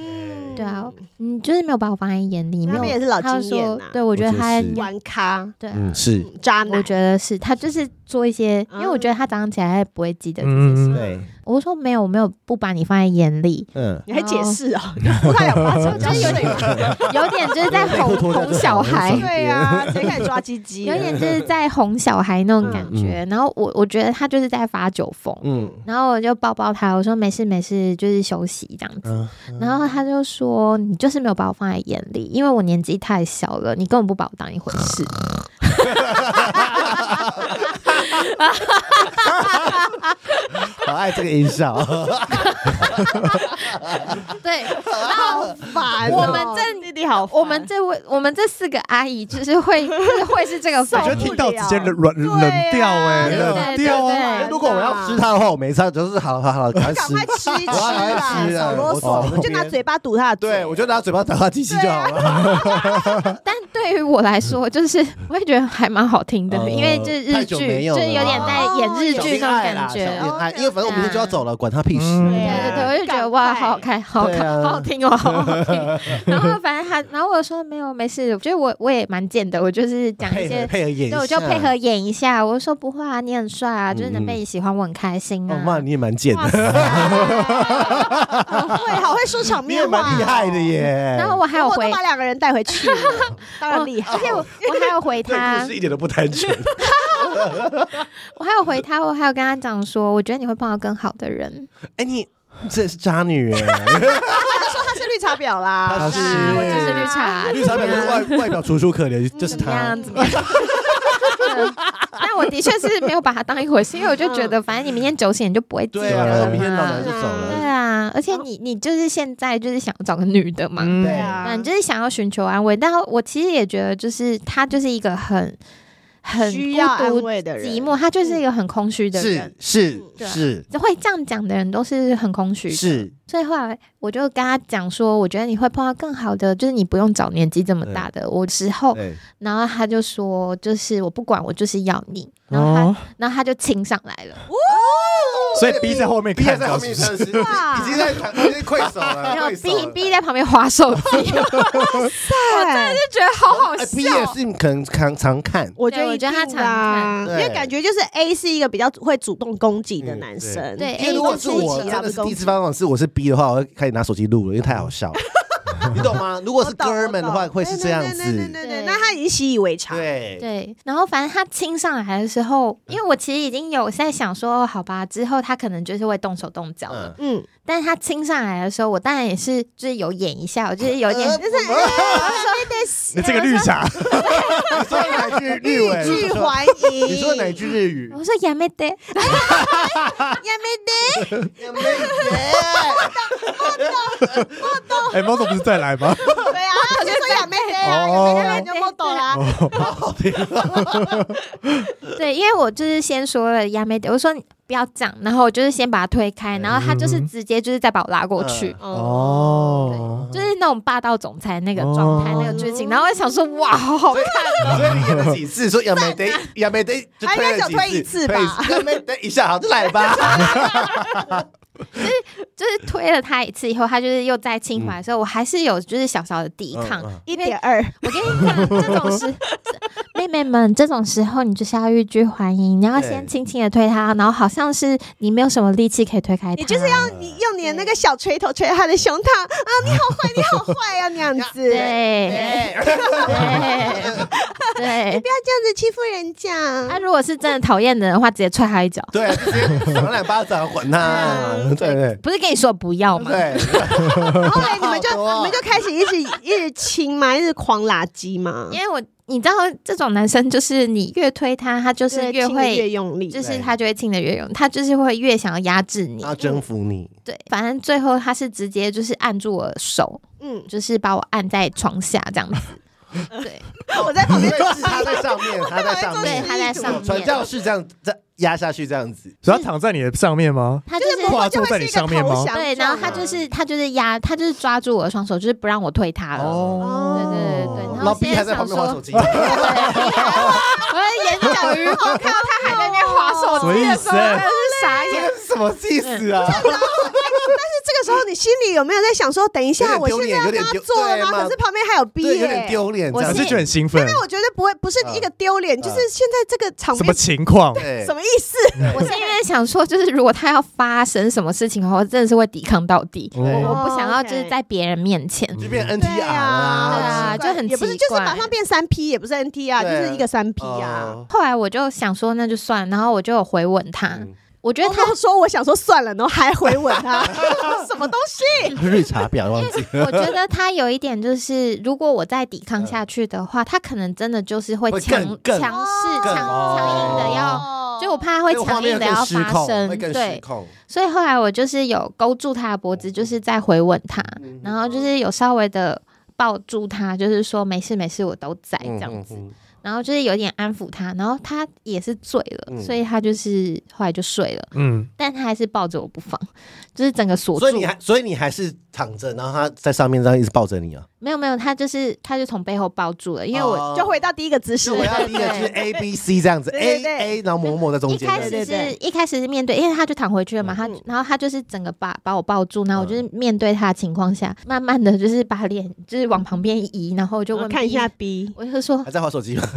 对啊，你就是没有把我放在眼里，
他
没
们
有。
也是老
他
经
就
验啊
说
呐，，
对我觉得
我觉得
他
是
玩咖
对啊，
嗯，是，
渣
我
男。
觉得是他就是做一些，因为我觉得他早上起来他也不会记得这些
嗯
事。
嗯
对，，
我说没有，我没有不把你放在眼里
嗯，
你还解
哦
释啊？不太有发 生，就是有点
有点就是在
内 裤
哄
脱掉
哄
就好
小
了
孩
就。是
对啊，直接开始抓鸡鸡，
有点就是在哄小孩那种感觉，然后我我觉得他就是在发酒疯，
嗯
然后我就抱抱他，我说没事没事，就是休息这样子。
嗯，
然后他就说：“你就是没有把我放在眼里，因为我年纪太小了，你根本不把我当一回事。
好爱这个音效，
对，
好烦哦。
我们这
弟弟好烦，
我们这位，我们这四个阿姨就是会就是会是这个
我
反
觉得
应。
听到直接冷冷
啊
冷掉哎，
对
冷掉啊！
对
哎如果我要吃它的话，我没差，就是好好好，赶快
赶
吃。
快 吃一吃
我要
啦
吃，啦
少啰
我
嗦，就拿嘴巴堵他的嘴。
对，我就拿嘴巴打它机器就好了。
但对于我来说，就是我也觉得还蛮好听的，
呃
因为就是日
太久
剧，
没有
就是
了
有点在演日
小
剧
恋
那
爱
种
啦
感觉。
小恋
对
爱因为反正我明天就要走了，管他屁事。
嗯
对啊对，我就觉得
赶
哇，
快
好好看，好好
对啊
看，好好听哦，好好 听。然后反正他，然后我说没有没事，我觉得我我也蛮贱的，我就是讲一
配
些
合配合演一下，
嗯对，我就配合演一下。我就说不会啊，你很帅啊，就是能被你喜欢，我很开心
嗯哦
啊。
妈，你也蛮贱
哇
的，
对，好会说场
你也
面话，
蛮厉害的。耶。
然后我哦还有
啊我
回
都，把两个人带回去了，当然 厉害。
而且我我还有 回
对
他
故事，一点都不单纯，
我还有回他，我还有跟他讲说，我觉得你会碰到更好的人。
哎，你这是渣女耶，
他说他是绿茶婊啦，
她是
啊我就是绿茶，
绿茶婊就是外外表楚楚可怜，就是
怎么
她
样。怎么样？嗯但我的确是没有把他当一回事，因为我就
嗯
觉得反正你明天九点就不会走
对啊，
了
明天老
嘛
娘就走
对
了。
啊，而且你你就是现在就是想要找个女的嘛，
嗯
对
啊
嗯，就是想要寻求安慰，但我其实也觉得，就是他就是一个很很
需要安
孤独、
慰的人，
寂寞，他就是一个很空虚的人
是。是
对啊
是
会这样讲的人都是很空虚，
是，
所以后来我就跟他讲说，我觉得你会碰到更好的，就是你不用找年纪这么大的我之后，
对，
然后他就说，就是我不管，我就是要你，然后他，
哦
然后他就亲上来了，
所以 B 在后面
逼
看
在
到
后
是
面
不
看，已
是？
经在已经在快手了，
然后
快手
B
了
B 在旁边划手机， 我真的是觉得好好
哎
笑
，B 也是可能常常看，
我觉得
对
一
我觉
定
得他
的啊，
常看
因为感觉就是 A 是一个比较会主动攻击的男生，
嗯对对
因为
A
如果是我真的是第一次发往是我是 B 的话，我会开始拿手机录了，因为太好笑了， 你懂吗？如果是哥们的话，会是这样
对对对
子，
对对，哎那他已经习以为常，
对，
对，然后反正他亲上来的时候，因为我其实已经有在想说，哦好吧，之后他可能就是会动手动脚了。
嗯，
嗯，
但是他亲上来的时候，我当然也是就是有演一下，我就是有
呃
点、
就是
你这个绿 茶，
你说哪句日
欲
文？
拒还迎，
你说哪句日语？
我说也没得，
哎，猫总不是再来吗？
对啊，他就说也没得啊，也没得啊你就不懂啦，
对，因为我就是先说了也没得，我说你不要这样，然后我就是先把他推开，然后他就是直接就是再把我拉过去。
嗯
哦，
就是那种霸道总裁那个状态、
哦
那个剧情，然后我想说，哇，好好看
所以你演了几次？说亚美得亚美得就推了几次亚美得一下好就来吧。
就是推了他一次以后，他就是又再亲回来的时候，我还是有就是小小的抵抗，
嗯嗯嗯
一点二，
我跟你讲，这种时，妹妹们，这种时候你就是要欲拒还迎，你要
对
先轻轻的推他，然后好像是你没有什么力气可以推开他，
你就是要你用你的那个小锤头锤他的胸膛啊，你好坏，你好坏啊，那样子，不要
对 对对。
这样子欺负人家
那、。如果是真的讨厌的人的话，直接踹他一脚，
对，直接赏两巴掌，管他。
嗯哦
对对
不是跟你说不要吗？
对，
后来你们就
好多
你们就开始一直一直亲嘛，一直狂拉鸡嘛，
因为我你知道这种男生就是你越推他，他就
对
是越
亲得越
会。
用力，
就是他就会亲的越用，他就是会越想要压制你
要。征服你。
对，反正最后他是直接就是按住我的手，
嗯，
就是把我按在床下这样子。 对
我在旁边
对，是 他在上 面，他在上
对，
面，
他在上
传
面，
教士这样这样压下去这样子，
只要躺在你的上面吗？
他就是
不
我
跨
就
坐
会
在
是一
你
个
上面
投
吗
降
对，然后
状
他
啊
就是他就是压，他就是抓住我的双手，就是不让我推他了。对
哦，
对对对，然
然后
后
B
现
还
在
在
想
旁
说，
边玩手
我
机。
的眼角余光看到他还在那边划手
什么
机
意
的时
思
候，真的是傻
这
眼。
个是什么意思啊？
这个时候你心里有没有在想说，等一下我
有
现
点
在
丢
要跟
脸有
他
点丢
做了
对
吗？
嘛
可是旁边还有 B
对，有
耶
点，丢嗯脸这
我
样
可
子
是。就很兴奋，
那我觉得不会，不是一个丢脸，就是现在这个场
什
面
么情况？
对
什，么意思？
我是因为想说，就是如果他要发生什么事情的话，我真的是会抵抗到底。
嗯
我我不想要
哦，OK
就是在别人面前。
就变
对
NTR
啊，
啦。
对啊就很
也不是，
奇
就是
怪
马上变三 P，也不是 NT 啊，就
对
是一个三 P 啊。
哦
后来我就想说，那就算，然后我就有回吻他。
嗯
我觉得他
他说我想说算了，然后还回吻 他，什么东西？
绿茶婊忘记
哦
了，
我觉得他有一点就是，如果我再抵抗下去的话，他可能真的就是会
嗯会
强
更
强
更
哦
势、
更
强强硬的要，就我 怕他会
那个画
强硬
面
的
更
要
失
发
控，
生
会。更失
对，
控。嗯
所以后来我就是有勾住他的脖子，就是在回吻他，
嗯
然后就是有稍微的抱住他，就是说没事没事，我都在哎这样子。
嗯嗯嗯
然后就是有点安抚他，然后他也是醉了，
嗯
所以他就是后来就睡了，
嗯，
但他还是抱着我不放， 就是整个锁住
所。以你还，所以你还是躺着，然后他在上面这样一直抱着你啊？
没有没有，他就是他就从背后抱住了，因为我
哦
就回到第一个姿势
就。我要第一个就是 A B C 这样子
对对
，A
对
A，然后某某在中
一
间嗯
开
这样
始
子，
对
是
对
一开始是面对，因为他就躺回去了嘛，他然后他就是整个把把我抱住，然后
嗯
我就是面对他的情况下，慢慢的就是把脸就是往旁边移，然后我
啊
就
我
问
看一
B
下，B，
我就说
还在划手机吗？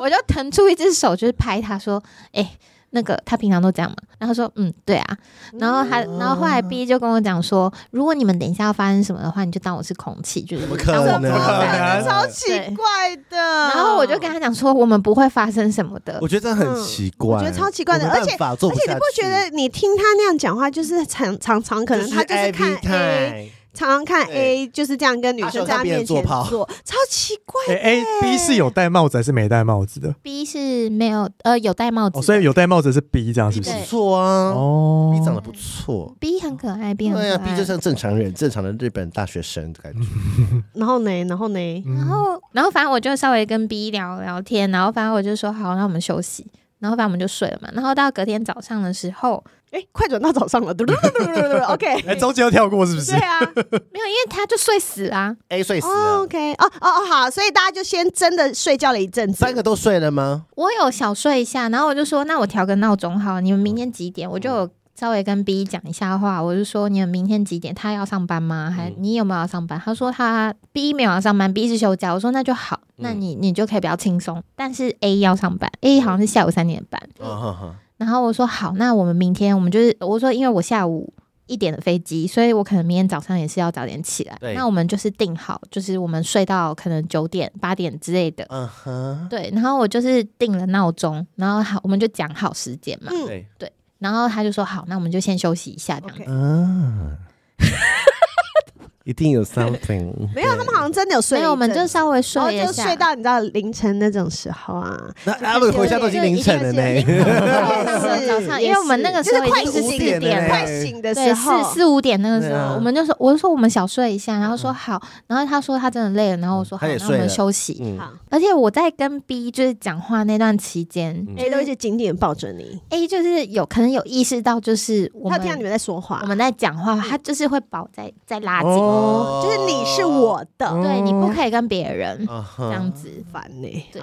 我就腾出一只手就是拍他说，哎、那个他平常都这样嘛，然后说嗯对啊，然后他然后后来 B 就跟我讲说，如果你们等一下要发生什么的话，你就当我是空气，就是
怎么可
当我
能？
啊
不存在
真的超奇怪的。
嗯
然
然
后我就跟他讲说，我们不会发生什么的
我，觉得这很奇怪，
嗯我觉得超奇怪的
我没办法做
而且你不觉得你听他那样讲话，就是常常常可能他就是看哎 A，
A，
常常看
对
A，就是这样跟女生在他面前
他喜欢看别人做炮
做，超奇怪
哎
的。
，A B 是有戴帽子还是没戴帽子的？
B 是没有呃有戴帽子的、
哦，所以有戴帽子是 B 这样是不是？
不
对
错啊
哦
，B 长得不错。
B 很可爱，B 很可
对
爱。
啊，B 就像正常人，正常的日本大学生的感觉。
嗯然后呢，然后呢，
嗯
然后，然后反正我就稍微跟 B 聊聊天，然后反正我就说好，那我们休息，然后反正我们就睡了嘛。然后到隔天早上的时候，
哎，快转到早上了，嘟嘟嘟嘟嘟嘟嘟，OK，
哎，中间又跳过是不是
对？啊
没有，因为他就睡死啊啦、
A 睡死
哦
了，
，OK，哦哦哦，好，所以大家就先真的睡觉了一阵子
三，个都睡了吗？
我有小睡一下，然后我就说那我调个闹钟好，你们
嗯
明天几点？我就有稍微跟 B 讲一下话，我就说你们明天几点？他要上班吗？
嗯
还你有没有要上班？他说他 B 没有要上班，B 是休假。我说那就好，
嗯
那你你就可以比较轻松。但是 A 要上班，A 好像是下午三点半。
嗯哼哼，
然后我说好，那我们明天我们就是我说，因为我下午一点的飞机，所以我可能明天早上也是要早点起来。
对
那我们就是定好，就是我们睡到可能九点、八点之类的。
嗯哼，
对，然后我就是定了闹钟，然后好，我们就讲好时间嘛。
嗯
对，
然后他就说好，那我们就先休息一下这样。
OK
嗯，一定有 something。
没有，他们好像真的有睡
所
一
以
阵子，
我们就稍微睡
然后
一
就
下，
睡到你知道凌晨那种时候啊，
那他们回家都已经凌晨 了
对
呢。
对早上，因为我们那个时候已经
就是是
四
快
醒
点
了
了
快。醒的
对，
时
四
候，
四五点那个时
对
候，
啊
我们就说，我就说我们小睡一下，然后说好，然后他说他真的累了，然后我说
嗯
好，
他也
那我们
睡了
休息。
嗯
好
而且我在跟 B 就是讲话那段期间、
嗯
A 都一直紧紧抱着你，
a 就是有可能有意识到，就是我
他嗯
们
听到你们在说话
我，们在讲话，他就是会把我再再拉紧，
哦
就是你是我的，
对你不可以跟别人、
啊
这
哈，
样子，
烦呢，
嗯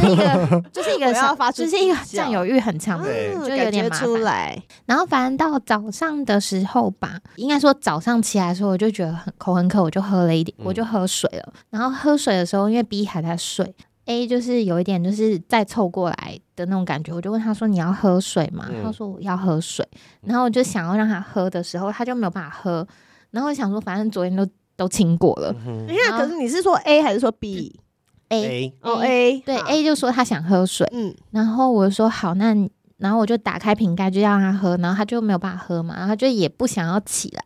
对，就是一个 就是一
我
个
要
小
发出
就是一个
指教
占有欲很强的。
对
嗯
就有点
感觉
麻烦
出来，
然后反正到早上的时候吧，应该说早上起来的时候，我就觉得很口很渴，我就喝了一点，
嗯
我就喝水了。然后喝水的时候，因为 B 还在睡，A 就是有一点就是再凑过来的那种感觉，我就问他说：“你要喝水吗？”
嗯
他说：“我要喝水。”然后我就想要让他喝的时候，他就没有办法喝。然后我想说，反正昨天都都清过了
嗯
等一下，可是你是说 A 还是说 B？
，A
，A
哦 A，
对
好
A 就说他想喝水，
嗯，
然后我就说好，那你然后我就打开瓶盖就要让他喝，然后他就没有办法喝嘛，然后他就也不想要起来。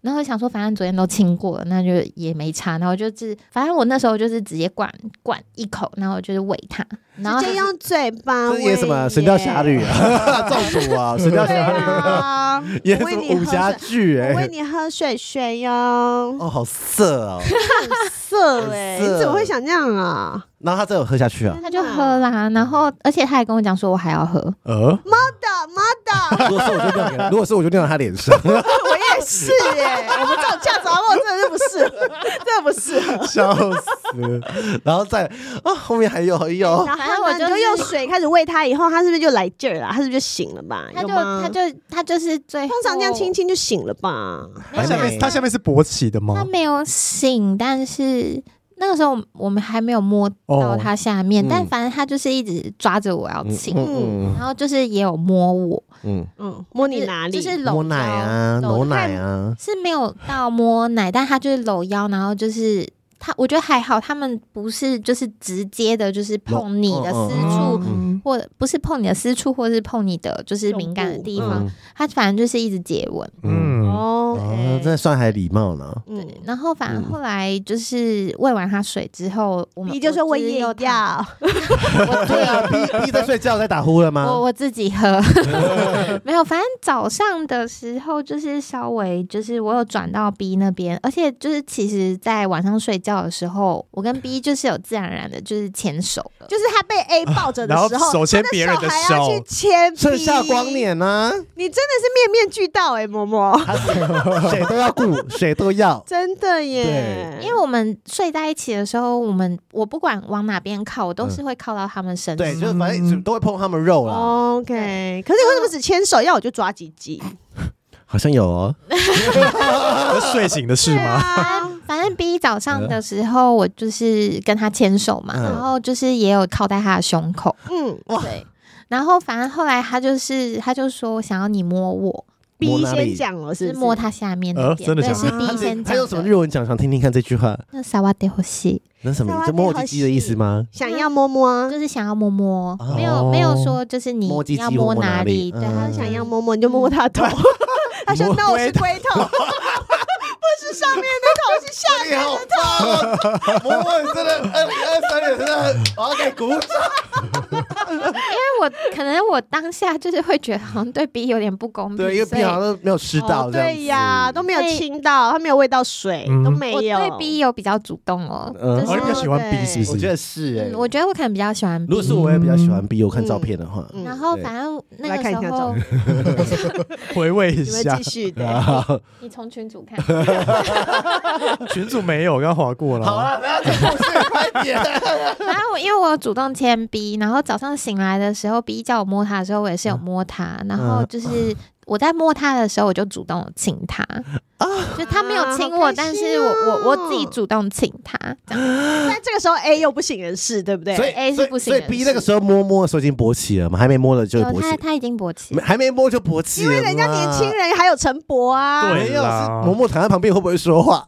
然后我想说，反正昨天都清过了，那就也没差。然后就是，反正我那时候就是直接灌灌一口，然后我就是喂他，然后
直接用嘴巴
这
喂
演
耶，
什么《神雕侠侣》 啊，中暑啊，《 神雕
对
侠侣》
啊，
演
我喂
什么
你
武
喝
侠
水
剧
我喂
哎。
你喝水水哟，
哦，好色 哦！
很 色哎，
很色
你怎么会想这样啊？
然后他真有喝下去啊？
他就喝啦。然后而且他还跟我讲说，我还要喝。
呃，
的妈的，
如果是我就尿给他，如果是我就尿到他脸上。
我也是耶，我们这种价值观真的是不适合，真的不适合。
笑死！然后再啊，后面还有还有，
然
反正
后
我
呢，你
就
就是用水开始喂它，以后它是不是就来劲儿了？它是不是就哦醒了吧？
他
有
就
吗
他就他就是最
哎通常这样
后
亲，亲就醒了吧？
还
下面
没
它下面是勃起的
他
吗？
没有醒，但是那个时候我们还没有摸到
哦
他下面，
嗯
但反正他就是一直抓着我要亲。
嗯
然后就是也有摸我，
嗯
嗯，摸你
就是
哪里？
就是
嗯，摸
搂
奶啊，
腰
揉
搂
奶
他
啊，
是没有到摸奶，但他就是搂腰，然后就是他，我觉得还好，他们不是就是直接的，就是碰你的
嗯嗯
私
嗯
处，
嗯，
或不是碰你的私处，或是碰你的就是敏感的地方，
嗯
他反正就是一直接吻。
嗯，
嗯，
哦
哦，这算还礼貌呢。
嗯
对，然后反正后来就是喂完他水之后，我们
你就说我
我
也
有他，
要，
我自
对 啊
己
，B B 在睡觉在打呼了
我
吗？
我自己喝， 没有，反正早上的时候就是稍微就是我有转到 B 那边，而且就是其实，在晚上睡觉的时候，我跟 B 就是有自然而然的就是牵手了，
就是他被 A 抱着的
然后
时候，
手牵
他
别人的
还要
手
去牵，
盛夏光，年啊呢，
你真的是面面俱到哎，嬷嬷，
谁都要顾，谁都要。
真的耶
对。
因为我们睡在一起的时候，我们我不管往哪边靠，我都是会靠到他们身上。
嗯对，就是反正都会碰他们肉
哦
啦，
OK，可是你为什么只牵手？要我就抓几 鸡？
好像有哦。
嗯睡醒的事吗？
啊，
反正 B 早上的时候，我就是跟他牵手嘛，
嗯
然后就是也有靠在他的胸口，
嗯，
对。然后反正后来他就是他就说想要你摸我，
摸
B
哪里
先讲了，是
是
不是
摸他下面那
呃
哦
边，
真的
对，
假
是
的
B 先
他
讲
用什么
的。
日文讲？想听听看这句话，
那萨瓦德呼吸
那什么？你就摸我鸡鸡的意思吗？
想要摸摸啊，
就是想要摸摸，
哦
没有没有说就是你
摸鸡
你
鸡
要摸
或摸哪
里，
里
对，
嗯
他
想
想
要
要
摸摸，你就摸摸他的头。 他说
嗯摸：“
那我是龟 头，不是上面那头，是下
你好棒哦！嬷嬷，你真的二零二三年真的很，我要给鼓掌。
因为我可能我当下就是会觉得好像对 B 有点不公平，
对，因为
所以
平常都没有吃
哦
到，这样子嗯
对呀，都没有
所以
亲到，他没有喂到水，
嗯
都没
我
有。
对 B 有比较主动哦，
嗯
就
哦，
是
你比较喜欢 B 是不
我觉
是？
得是哎
嗯，我觉得我可能比较喜欢
如
B，
果是我，我也比较喜欢 B。我看照片的话，
嗯
然 后
对
反正那
来
个
看一下
时
照
候
回味一
你们
下
继，续的，
好
你从群主看，
群主没有，我刚划过了。
了，不要讲故事，快点。
然啊后我因为我有主动牵 B，然后早上醒来的时候，B 叫我摸他的时候，我也是
嗯
有摸他。然后就是我在摸他的时候，我就主动有亲他，
啊
就他没有亲我，
啊好开心哦
但是我我我自己主动亲他，这 样
但这个时候 A 又不省人事，哎对不对？
所以
A
所
是
以
不行
所
的
以 B 那个时候摸摸的时候已经勃起了嘛，还没摸的就是
有
勃
他
起，
他已经勃起
没，还没摸就勃起
因
了嘛。
为人家年轻人还有陈勃啊，
对
没有是
啦
嬷嬷躺在旁边会不会说话？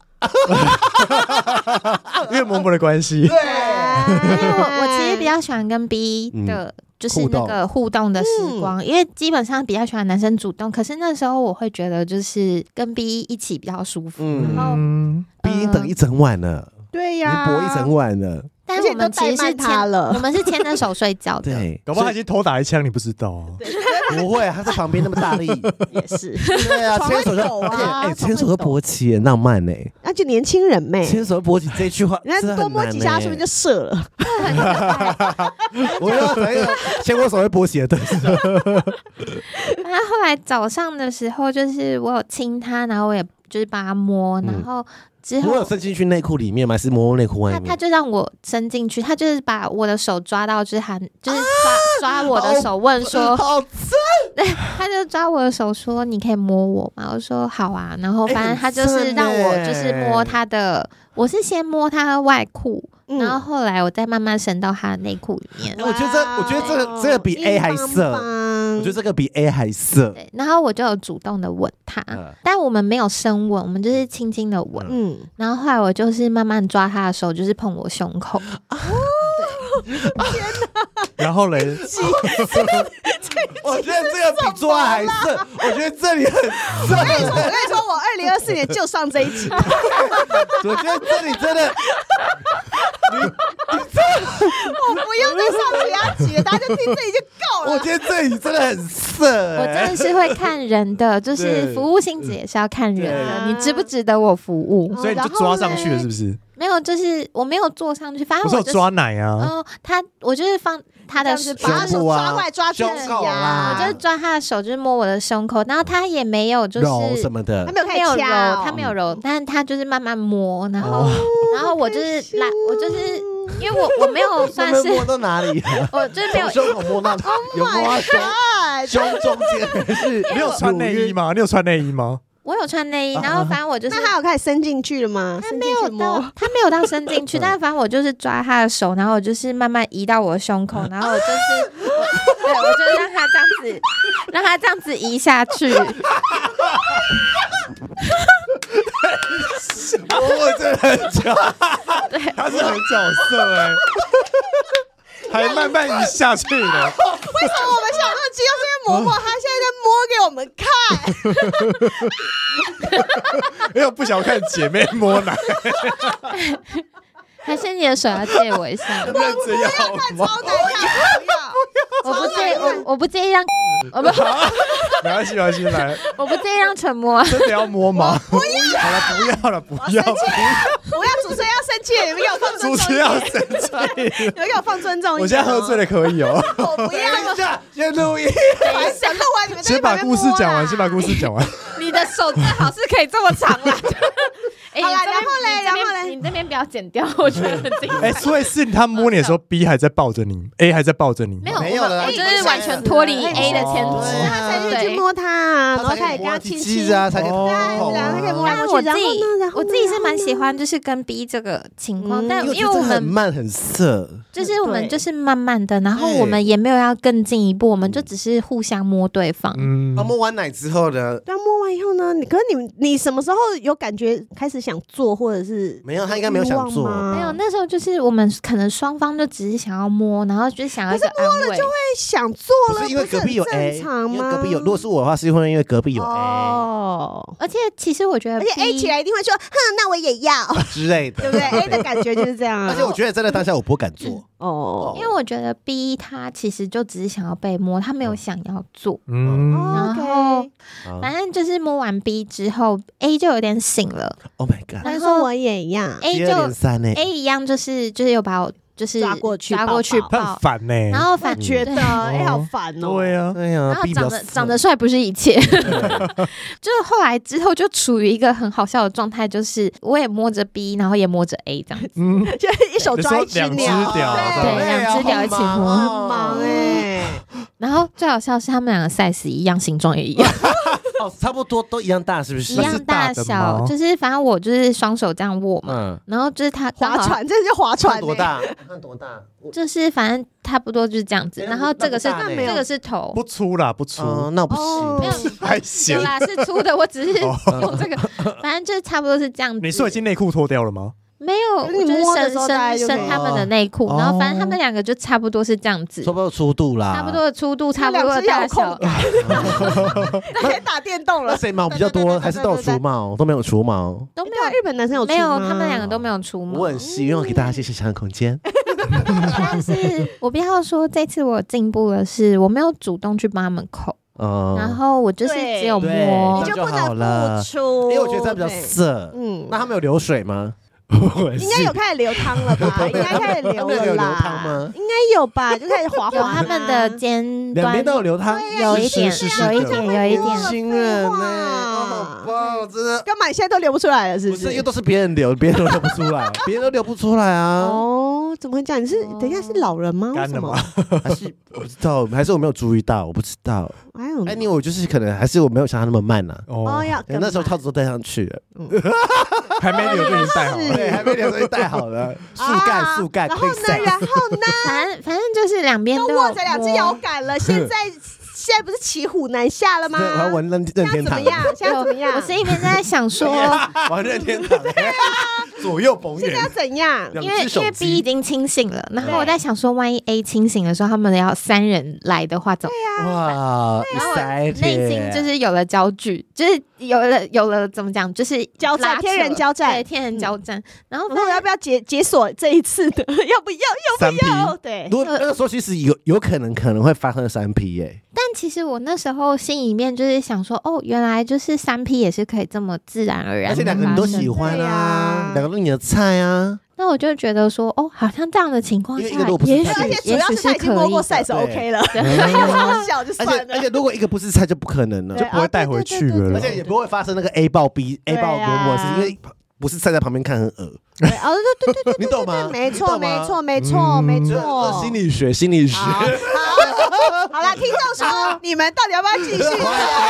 因为嬷嬷的关系，
因
哎
为我我其实比较喜欢跟 B
嗯
的。就是
互
那
动
个互动的
嗯
时光，因为基本上比较喜欢男生主动，可是那时候我会觉得就是跟 B 一起比较舒服。
嗯
然后
嗯，
，B 已经等一整晚了，
对啊
已经
呀，
勃一整晚了，
但
而
是
且
我们
都
其
怠
实是
慢他
牵
了
我们是牵着手睡觉的。
对，
啊
啊
搞不好他已经偷打一枪，你不知道啊。
不会，他在旁边那么大力，
也是，
对啊，
床
牵
会
手就
抖啊
而且哎，
床
牵手
会
就
抖
勃起，很浪漫呢。
那就年轻人妹，
牵手勃起这句话，
人家
真的
多
很
摸
难
几下
欸
是不是就射了？
我要找一个牵过手会勃起的对象。
那后来早上的时候，就是我有亲他，然后我也就是帮他摸，然后之
嗯我有
后
伸进去内裤里面吗？还是摸内裤外
他他
面？
就让我伸进去，他就是把我的手抓到，就是喊，就是
啊
抓抓我的
哦
手，问 说，
好，
他就抓我的手说，你可以摸我吗？我说好啊，然后
哎
反正
很
他就是
正
让我
欸
就是摸他的，我是先摸他的外裤，
嗯
然后后来我再慢慢伸到他的内裤里面。
哎我觉得这，我觉得这个这个比 A 还色，我
我
觉得这个比 A 还色。
对，然后我就有主动的吻他，
嗯
但我们没有深吻，我们就是轻轻的吻。
嗯，
然后后来我就是慢慢抓他的手，就是碰我胸口。
然后嘞，
我觉得这个比做爱还色，我觉得这里很色。
我跟你说，我二零二四年就上这一 集，
我觉得这里真的，
我不用再上其他集了，大家就听这里就够
我
了。
觉得这里真的很色。哎
我真的是会看人的，就是
对
服务性质也是要看人的，啊
对
你值不值得我服务。
哦
所以你就抓上去了，是不是？
没有，就是我没有坐上去，反
我
正
是
我
有
就是
抓奶啊，
哦，他我就是放他的
是
手，
把他手
胸部啊
抓过来抓去
胸口
呀，
啦
我就是抓他的手，就是摸我的胸口，然后他也没有就是
揉什么
他
的，
没有开
他没有揉，
掐哦，
他没有揉，但是他就是慢慢摸，然后、然后我
哦
就是拉，我就是
嗯
因为我我没有算
那
是
边摸到哪里啊？
我就 是没有
从胸口摸到，有摸到胸
哎
胸中间还是
你有穿内衣吗？你有穿内衣吗？
我有穿内衣，然后反正我就是
那他有开始伸进去了吗？
他
伸
没
进去
有到
摸，，
他没有到伸进去，但反正我就是抓他的手，然后我就是慢慢移到我的胸口，然后我就是，我对我就让他这样子，让他这样子移下去，
我真的很巧，
他是很角色哎、还慢慢移下去 的，
为什么我们想那肌肉是因为嬷
嗯
嬷，她现在在摸给我们 看，
因为我不想看姐妹摸奶，
还是你的手要借我 一下？
认真要吗？
超难看，不要。
我不介，我我不介意让，我不
没关系，没关系，来，
我不介意让陈默， 啊
真的要摸吗？不要，好了，不要了，不要，
不要主持人要生气，你们给我放尊重
主持
一
人要
点，
生气。
你们给我放尊重一点。
我现在喝醉了，可以哦。
我不要，
等一下，先录音。
我想录完你们在
先
那
把
边
故事讲 完，先把故事讲完。
你的手最好是可以这么长啦。 哎
好啦
你这边
然后嘞
你这边
然后嘞
你这边不要剪掉，我觉得很精彩。
哎，所以是他摸你的时候，B 还在抱着你，A 摸还在抱着你。
没有，
没有
我
了
我
已
就
经
是完
删
全
了
脱离 A 的牵
哦
制
对，啊
他才去
对
摸他，然后开始
才可以
跟
摸
他
他
亲
鸡
亲
鸡啊，才可以
哦
摸口
然后可以摸
啊。
来
但
摸
我
去，然
自
后
己
呢，然后
我
呢
自己是蛮喜欢，就是跟 B 这个情况，
嗯
但
因为
因为我
我觉得这很
们
慢很涩，
就是我们
对
就是慢慢的，然后
对
我们也没有要更进一步，
嗯
我们就只是互相摸对方。
嗯
啊，摸完奶之后呢，
对啊，摸完以后呢，你可是你们你什么时候有感觉开始想做，或者是
没有，他应该没有想
欲
做
望，吗
没有，那时候就是我们可能双方就只是想要摸，然后就是想要一个安慰。
会想做
不
了？
是因为隔壁有
不是很
A，
正常
因
吗？
为隔壁有，如果是我的话，是因为因为隔壁有 A
哦，
而且其实我觉得
而
B，
且 A 起来一定会说，哼，那我也 要，
之类
对
的，
不对？A 的感觉就是这样啊。
而且我觉得真的当下我不敢做，
哦
因为我觉得 B 他其实就只是想要被摸，他没有想要做。
嗯，
哦
然后
嗯
嗯
啊
反正就是摸完 B 之后，A 就有点醒了
Oh my god，
他
然
说
后
我也一样，
，A
接二连
就
三呢，
A 一样，就是就是有把我就是
抓过去
抓过去
抱
他很
抱，
烦呢。
然后反
觉得哎，好烦哦。
对啊，
对哎呀
然，后
逼比较
长得
色
长得帅不是一切， 就是后来之后就处于一个很好笑的状态，就是我也摸着 B，然后也摸着 A 这样子，
嗯，
就是一手抓一只
你说
鸟
两，只屌
好
对
累啊
两只屌一起摸
好
很
忙
忙
哦
哎。
然后最好笑是他们两个 size 一样，形状也一样，
哦，差不多都一样大，是不是？
一样大
那是大的
小，
吗
就是反正我就是双手这样握嘛，
嗯，
然后就是他刚
划
好
船，这是划船、
看
欸，
多？大？看多大？我
就是反正差不多就是这样子，
哎
然后这个是
那不大呢
这个是头，
不粗啦，不
哦
粗，，
那我不
哦
没有
行。
还
有
行。哦
啦是粗的，我只是用这个，反正就是差不多是这样子。
你说已经内裤脱掉了吗？
没有，
就是你
就是
摸的
伸
时候大概
伸
就可以
伸他们的内裤，
哦
然后反正他们两个就差不多是这样子
差，不多粗度啦，
差不多。的粗度，差不多
两
的
只遥
大
控
小。
杆，那天哎打电动
那
了。
谁毛比较多？还是都有除毛？都没有除毛。
都没
对啊，日本男生有
有，没
哦
有，
出吗
他们两个都没有出
我
门。
很希望给大家一些想象空间。
但是 我不要说，这次我进步的是，我没有主动去帮他们扣，
嗯，
然后我就是
对
只有
对
摸
你。就不
这样就好
能
了
付出，
因为我觉得这样比较
对
色。
嗯
那他们有流水吗？
应该有开始流汤了 吧？应该开始流
他们有
了
流
啦，
汤吗
应该有吧，就开始滑滑
有
啦。
他们的尖
两
端
边，都有流汤，
有一点，
是是
有一
是的
点，有一点
哇。
新人呢、
哇
哦好棒，真的。
干嘛？你现在都流不出来了，是
不
不
是，因
是
为？都是别人流，别人都流不出来，别人都流不出来啊，
哦，怎么会这样？你是
哦
等一下是老人吗？为
干
什
的
么
吗？？
还是我不知道，还是我没有注意到，我不知道。
哎呦，
哎，你我就是可能还是我没有想他那么慢呐、
哦
哦，要
可能那时候套子都戴上去了，
还没留就已经戴好了。
对，还没流都戴好了， 速干速干，
啊然后呢？然后呢？
反正反正就是两边
都
都有
握着两只
摸
摇杆了，现在现在不是骑虎难下了吗？
我要玩任
现
任
在
天
怎么
堂，
样？现在怎么 样？
我是一边在想说，
玩任天堂，左右逢
现在要
源，
怎 样？
两
因为
只
因
手
为 B 已
机，
经清醒了，然后我在想说，万一 A 清醒的时候，他们要三人来的话，怎么？
哇，
然后
啊塞，
我内心就是有了焦距，就是有了有了怎么讲，就是
交战
拉扯
天人交战
对天人交战。嗯然后
我说我要不要解解锁这一次的？ 要不要？
三 P，
要不要？对，
如果那个时候其实有有可能可能会发生三 P 耶，
但其实我那时候心里面就是想说，哦，原来就是三 P 也是可以这么自然而然，
而且两个人都喜。欢
对呀
啊，两个人不定你的菜啊。
那我就觉得说，哦，好像这样的情况
因为一
下
个萝卜，是
也许
太
而且主
也
要
许
是他已经
可
摸
以
过
的。
赛是
对
OK 了，
嗯
超 小就
而
算
且
了。啊哦
而且，如果一个不是菜，就不可能了，
就不会带回去了
而
啦。
且也不会发生那个 A 爆 B，A
对啊
爆国母的事情，因为不是站在旁边看很恶，
对哦，对对对对，
你懂吗？
没
你
错
懂吗
没错没错没
这
错。
啊
啊
心理学，心理学。
好，好好啦，听众说你们到底要不要继续？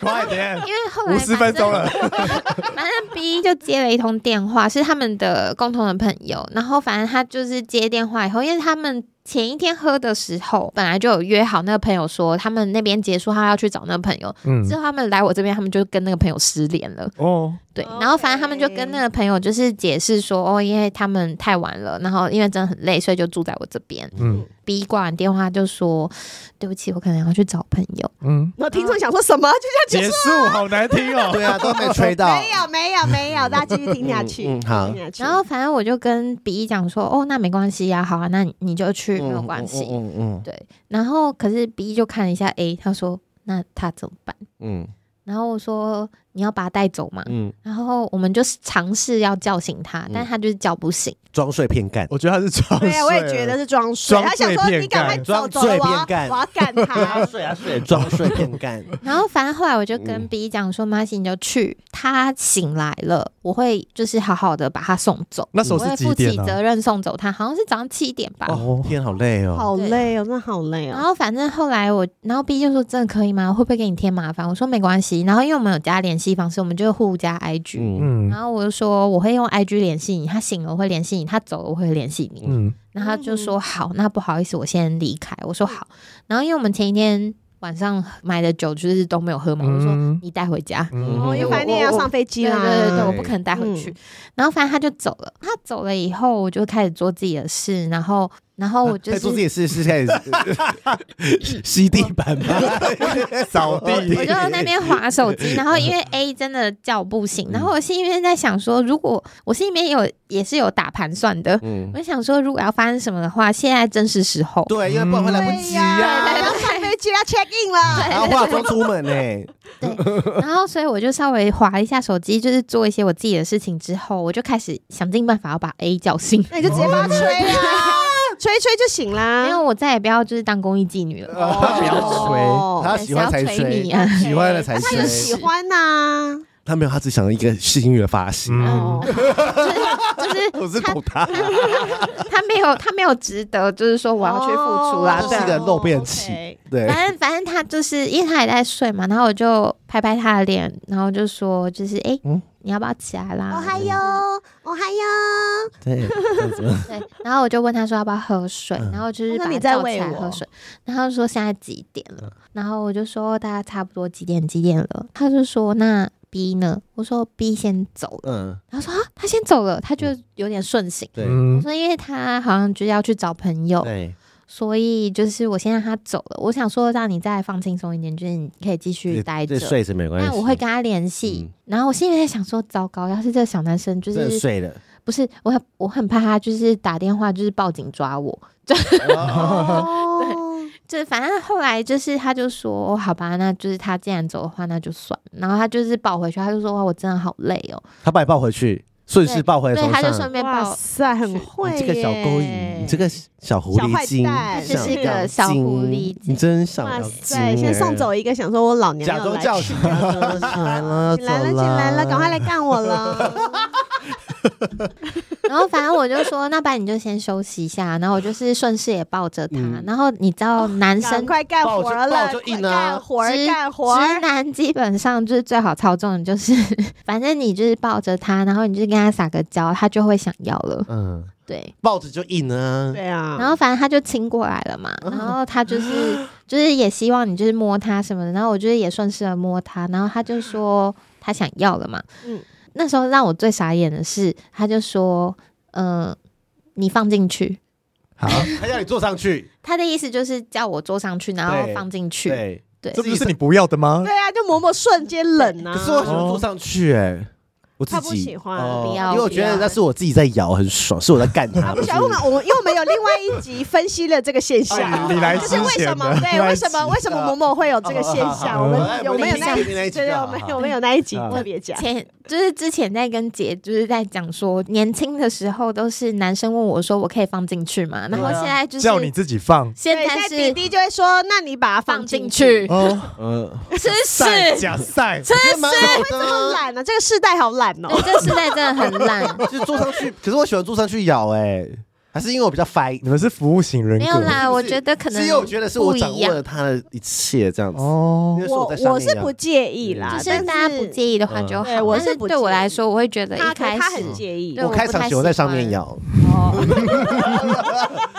快点，快点
因，为后来
五十分钟了，
反正 B 就接了一通电话，是他们的共同的朋友。然后反正他就是接电话以后，因为他们前一天喝的时候，本来就有约好那个朋友说，他们那边结束，他要去找那个朋友。
嗯
之，后他们来我这边，他们就跟那个朋友失联了。
哦，
对
OK，
然后反正他们就跟那个朋友就是解释说，哦，因为他们太晚了，然后因为真的很累，所以就住在我这边。
嗯
B 挂完电话就说，对不起，我可能要去找朋友。
嗯，
然后听众想说什么？就这
结
样结束？
束，好难听哦。
对啊，都没吹到。
没有没有没有，大家继续听下去。
嗯嗯好
听下去
然后反正我就跟 B 讲说，哦，那没关系呀、好啊，那你你就去，没有关系。
嗯嗯
对，然后可是 B 就看了一下 A，他说：“那他怎么办
嗯？”
然后我说：“你要把他带走嘛。
嗯，
然后我们就尝试要叫醒
嗯
他，但他就是叫不醒。
装睡骗干，
我觉得他是装睡
对
了，
啊，我也觉得是装睡。
装
他想说
醉
你
骗
赶快
干
走
装
走了，
醉
我要
骗干
我要干他。
睡啊睡，装睡骗 干。
然后反正后来我就跟
嗯
B 讲说：“马西，你就去。他醒来了，我会就是好好的把他送走。
那时
我
候
会
是
负
几
起
点啊呢？
责任送走他，好像是早上七点吧。
哦，天，好累哦。
好累哦，真的好累
然
哦。
后反正后来我，然后 B 就说真的可以吗？会不会给你添麻烦？我说没关系。然后因为我们有加联系方式，我们就互加 IG。
嗯
嗯
然后我就说我会用 IG 联系你，他醒了我会联系你，他走了我会联系你。
嗯
然后他就说好，那不好意思，我先离开。我说好。然后因为我们前一天晚上买的酒就是都没有喝嘛，我就说
嗯
你带回家。
嗯，
哦，因为反正你也要上飞机
对
啦。
对对对，
对
我不可能带回去。然后反正他就走了。他走了以后，我就开始做自己的事，然后然后哦我就
在
是
做自己的事是啊 开始吸地板 吗？
扫地
我就在那边划手 机，然后因为 A 真的叫我不醒，然
嗯
后我心里面在想说，如果我心里面有也是有打盘算的，
嗯，
我想说如果要发生什么的话，现在真是时候。
对，因为不然会来不
对
及啊
呀，
呀。
要上飞机要 check in 了。
然后化妆出门呢，
然后所以我就稍微划了一下手机，就是做一些我自己的事情之后，我就开始想尽办法要把 A 叫醒。
那你就直接把它吹啊， 吹一吹就醒啦。
因为我再也不要就是当公益妓女了，
他不要
哦
吹，他喜欢才
谁要吹
吹
你啊，
喜欢了才
他有喜
吹。
欢呐。
他没有，他只想要一个幸运的发型。
嗯
哦，
就是
我是懂他，
他没有他没有值得，就是说我要去付出啦
哦，
对
是
啊
一个漏便器
OK
对，
反正反正他就是因为他也在睡嘛，然后我就拍拍他的脸，然后就说就是哎、诶
嗯
你要不要起来
哦
啦？
嗨哟，哦嗨哟，
对，
对，然后我就问他说要不要喝水，
嗯
然后就是
他说
把他
哦你在
叫
喂
起来
我
喝水，然后他说现在几点
嗯
了？然后我就说大概差不多几点几点了，他就说那 B 呢？我说 B 先走了，
嗯，
他说啊他先走了，他就有点顺醒。
对，
我
嗯
说，因为他好像就是要去找朋友，
对，
所以就是我先让他走了。我想说让你再放轻松一点，就是你可以继续待着
这。睡是没关系。
但我会跟他联系，然后我心里在想说，糟糕，要是这个小男生就
真的
是
睡 了，
不是我很，我很怕他就是打电话就是报警抓我，
哦，
就是反正后来就是他就说，哦，好吧，那就是他既然走的话，那就算了。然后他就是抱回去，他就说，哇，我真的好累哦，
他把你抱回去，顺势抱回来
对，
头
他就顺
上。
便
哇
抱。
塞，很会
你这个小勾引，你这
个
个小狐
小坏
狸精，
蛋
这是一个
小
小
妖精
狐狸精
你真小
哇
妖精
塞，
欸
先送走一个，想说我老娘
假
要
装
来
叫醒他，说起来 了，
进来了，
走
进来了，赶快来干我了！
然后反正我就说，那不然你就先休息一下。然后我就是顺势也抱着他。
嗯
然后你知道，男
赶
生
快干活了，
抱就抱就硬啊
干活儿
直
干活
直
儿，
男基本上就是最好操纵的，就是 反正你就是抱着他，然后你就跟他撒个娇，他就会想要了。
嗯，
对，
抱着就硬啊，
对啊，
然后反正他就亲过来了嘛，然后他就是就是也希望你就是摸他什么的，然后我就是也顺势的摸他，然后他就说他想要了嘛。
嗯
那时候让我最傻眼的是，他就说，呃，你放进去。
好，
他叫你坐上去，
他的意思就是叫我坐上去，然后
对
放进去。
对
对
这不是你不要的吗？
对啊，就嬷嬷瞬间冷啊
可。是 我喜欢坐上去，哎，我自
他不
己
喜欢
哦
不要
因为我觉得那是我自己在摇，很爽，是我在干他，
不
是
喜欢我们，我们因为我们有另外一集分析了这个现象，
哎你来
就
之
是
前
为
的
什么？对，为什么为 什么嬷嬷会有这个现象？我们有没有那一
那一
对
啊
对，我们我们有那一集特别讲。
前就是之前在跟姐就是在讲说，年轻的时候都是男生问我说我可以放进去吗？然后现在就是
叫你自己放，
现
对
在
在弟
是
弟就会说，那你把它
放
放
进
进，
去，
哦，
嗯，
真 是
赛假赛，
这蛮好的
嗯
好
啊。
懒啊！这个世代好懒哦。
对，这世代真的很 烂。
就是坐上去，可是我喜欢坐上去咬哎，还是因为我比较烦，
你们是服务型人
没有
格
啦，呃我
是
觉得可能
是因为我觉得是我
不一
掌握
样
了他的一切这样子。
哦
因，为
我
在上
我
面
是
一样
不介意啦，
就是
但
大家不介意的话
啊嗯
就好。
对我
但
是
是
不
对我
介
来
意
说，我会觉得
他
一开
他
始
很介意哦
对。
我开
我不太
场喜欢在
喜欢
上面咬，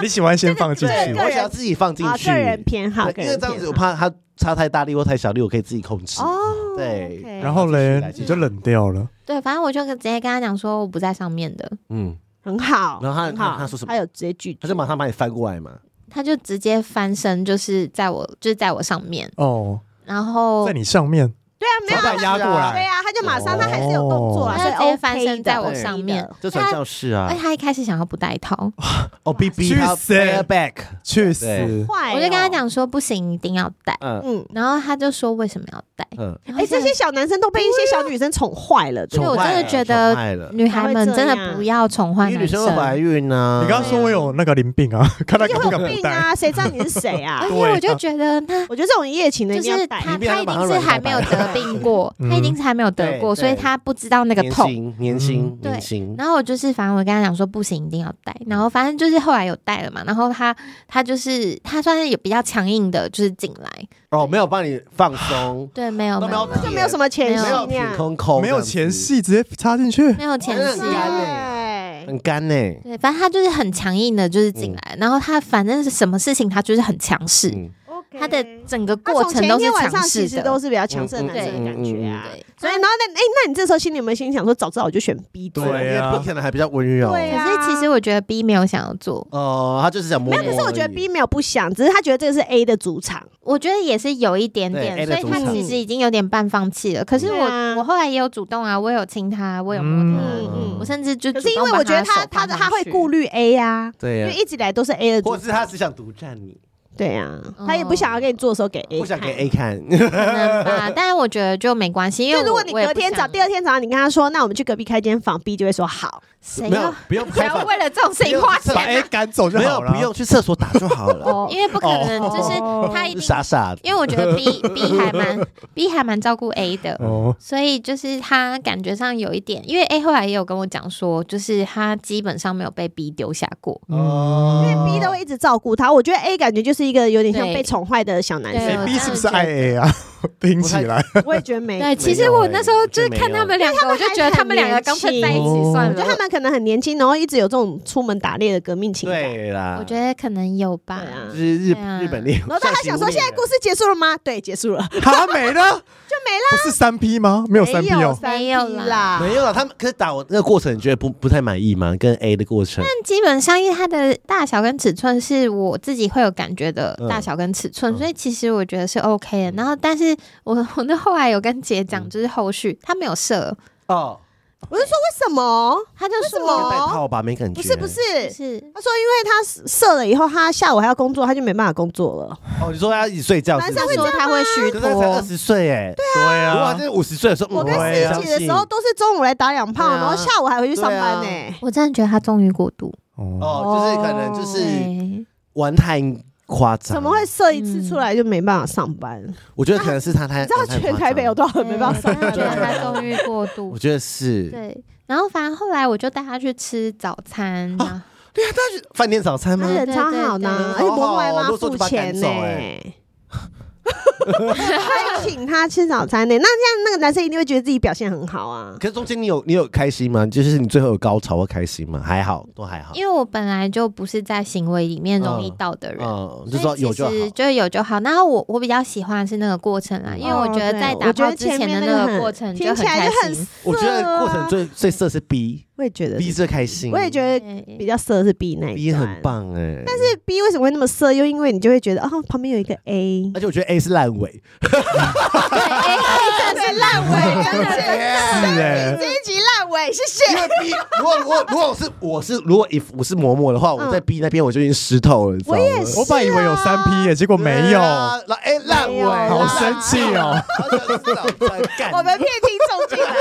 你喜欢先放进
对
去
个人
我想要自己放进
啊，
去
个，人偏好，
对因为这样子我
怕
怕它插太大力或太小力，我可以自己控制。
哦，
对
OK
然后
哎继续
嘞
来，继续
你就冷掉了。
对，反正我就直接跟他讲说我不在上面的，
嗯，
很好。
然后他
很好
他他说什么
他有直接拒绝
他就，马上把你翻过来嘛。
哎
他就直接翻身，就是在我就是在我上面，
哦，
然后
在你上面，
对啊，没有
把
啊
你压过
对
来，
啊，他就马上他还是有动作啊，
哦
所以
他就直接
OK
翻身
的
在我
OK
上
的
面
这传教士
哎
啊
哎而且，他一开始想要不戴套，
哦，B B
去
他
死
bear back，
去死！
对
坏哦。
我就跟他讲说不行，一定要戴。
嗯
嗯，
然后他就说为什么要戴？
嗯，
然
哎，
后啊
这
现在
些小男生都被一些小女生宠坏了，对
所以
吧
我
宠坏了
真的觉得
宠坏了
女孩们真
才会这
的
样
不要宠坏
因为
男
女生会怀孕啊呢。
你刚刚说我有那个淋病啊，看他
就
敢不敢
有
不
病
戴。
啊，谁知道你是谁啊
而？且
对
我就
啊
觉得那
我觉得这种一夜情的
就
一定要
是
戴，
他
你不要
他一
把它
定是
软
还没
蛋
有
白
得 病过，
嗯
他一定是还没有得
对
过，所以
对
他不知道那个
年
痛。
轻，年
嗯
轻，
对
年轻，
然后我就是，反正我跟他讲说不行，一定要戴。然后反正就是后来有戴了嘛。然后他他就是他算是也比较强硬的，就是进来。
哦，没有帮你放松，
对，没有
都
没
没
有
有
没有
就没有什么前
没有
戏
挺
量。
空空，
没有前，戏，直接插进去。
没有前
真的
戏
很。干呢，
对，
很干欸呢。
对，反正他就是很强硬的，就是进来。然后他反正是什么事情，他就是很强势。
嗯
OK
他的整个
他
过
从
程
前
都
一
是
天晚上
强
其
势
实
的，
都是比较强势的
嗯
男生的感觉啊。
对。
所以，然后那哎，那你这时候心里有没有心想说，早知道我就选 B 座？
对啊
因为 B 可能还比较温柔。
对啊
可是其实我觉得 B 没有想要做，
哦，他就是想摸摸
没
而
有，
已。
可是我觉得 B 没有不想，只是他觉得这个是 A 的主场。
我觉得也是有一点点，
对
所
A
以
的
他
主
其
场
实已经有点半放弃了。可是
对
我、
啊
我后来也有主动啊，我有亲他，我有摸他，
嗯嗯
我甚至就
可
主
是因
动
为
把
我觉得
他
他他
手放上
他会
去
顾虑 A 呀，
对
因
呀
为，一直以来都是 A 的主
或
场
者。是他只想独占你，
对啊
哦，
他也不想要给你做的时候给 A，
不想给
看
A 看。
可能吧， 但是我觉得就没关系，因为
就如果
我
你
我也
隔
不
天
想
早第二天早上你跟他说，那我们去隔壁开间房，B 就会说好。
谁
没有
要，
不用
谁
开
要
房，
为了这种事情花钱
把 A
哎
啊？
赶走就
没有
好了。
不用去厕所打就好了。
哦因为不可能，就是他一定，
哦傻傻的，
因为我觉得 B B 还蛮 B 还蛮照顾 A 的，
哦，
所以就是他感觉上有一点，因为 A 后来也有跟我讲说，就是他基本上没有被 B 丢下过。
哦，
因为 B 都会一直照顾他，我觉得 A 感觉就是一个有点像
对
被宠坏的小男
对
生
我。
B 是不是
嗯
真的
爱
觉
A 啊？ 听起来
我也觉得哎没，
对，
我
其实我那时候就是看他们两个，我
有
就觉得他们两个干脆在一起算
觉得他
了。
们可能很年轻，然后一直有这种出门打猎的革命情感。
对啦，
我觉得可能有吧
对，啊
就是日
对啊
日本恋。
然后大家想说，现在故
事
事结束了吗？对，结束了，
他没了，
就没了。
不是三 P 吗？没有三 P 哦，
三 P
没有啦
啦，
没有了，他们可是打我那个过程，你觉得不不太满意吗？跟 A 的过程，
但基本上因为它的大小跟尺寸是我自己会有感觉的大小跟尺寸，
嗯
所以其实我觉得是 OK 的。然后，但是我我那后来有跟姐讲，就是后续他没有射，
哦，
我就说为什么？
他就
为什么
说
戴套吧，没感
不
觉。
是不是，
是
他说因为他射了以后，他下午还要工作，他就没办法工作了。
哦，你说他一起睡觉是
男
不
生
他
会
是，
这样
可
说他会虚
是他才二
脱，
十岁哎，
对
如果
啊
他，真的五十岁的时候，
我跟
嗯
思
我
雨姐的时候
相信
都是中午来打两炮，
对啊
然后下午还回去上班呢、
对啊
我真的觉得他终于过度，
哦，
哦，就是可能就是
对，
玩太夸张，
怎么会？射一次出来就没办法上班？
我觉得可能是他
啊
太，
你知道
玩太夸
全
张
台北有多少人没办法上
对我真
班
的觉得
吗？
他终于过度
我，觉得是，
对。然后反正后来我就带他去吃早餐，然后
对啊，但是饭店早餐吗
他？人超好
对对对
呢，而且伯伯还帮他付钱呢、
如果说 就
还请他吃早餐呢、那这样那个男生一定会觉得自己表现很好啊。
可是中间你有你有开心吗？就是你最后有高潮或开心吗？还好，都
啊
还好。
因为我本来就不是在行为里面容易
嗯
到的人，
嗯，就
所以
说有就好。
其实就有就好。然后我我比较喜欢的是那个过程啊，因为我觉得在
哦对
打
我觉
炮
得
之前
前面
的
那个
那个
很
过程
听起来
很
就
开
很
心。
我觉得过程最最色是 B
我也觉得
B 最开心，
我也觉得比
对
较色的是 B 那一
B
段
很。棒哎。但
但是 B 为什么会那么色？又因为你就会觉得哦，旁边有一个 A，
而且我觉得 A 是烂尾，
哎真的是烂尾，真的是
是哎，
这一集烂尾对，谢谢
因。为 B，如果如果如果是我是如果 if 我是嬷嬷的话，我在 B 那边我就已经湿透了，你知道吗
嗯我也是
我本来以为有三 P 耶，结果没
对，
有
啊然后哎烂尾，
好 生气哦！
干
我们骗听众进来，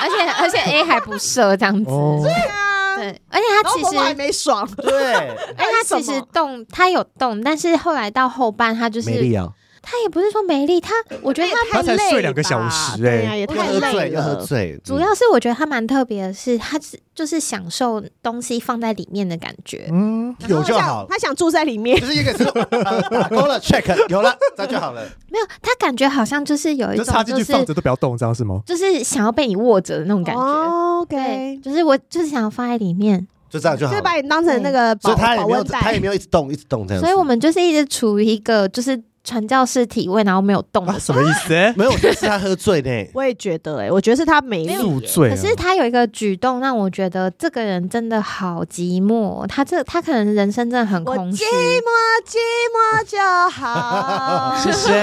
而且而且 A 还不射这样子，
哦，
对，而且
啊然
他
后
其
婆
实
婆还没爽，
对，
哎，他
为
其
什
实
么
动，他有动，但是后来到后半，他就是
美丽啊，
他也不是说没力，他我觉得他
他才
太累
睡两个
吧
小时
对
哎
啊也
要
太
喝
累
醉，要喝
了。
醉，嗯
主要是我觉得他蛮特别的是，他是就是享受东西放在里面的感觉。
嗯，
嗯有就
他想
好，
他想住在里面，
就是一个是呃打勾 了 check 有了，这样就好了。
没有，他感觉好像就是有一
就
种
插进
就
去放着
是
都不要动，这样是吗？
就是想要被你握着的那种感觉。
哦
对，
OK，
就是我就是想要放在里面，
就这样就好
就是。
了
把你当成那
嗯
个
所
保
以他也
保
没有，
温
他也
袋。
没有一直动，一直动这样子。
所以我们就是一直处于一个就是传教士体位，然后没有动的
啊，什么意思？
没有，我觉得是他喝醉呢。
我也觉得，哎，我觉得是他没力。
宿醉啊？
可是他有一个举动让我觉得这个人真的好寂寞，他这他可能人生真的很
我
空
寂
虚。
寞寂寞就好。
谢谢。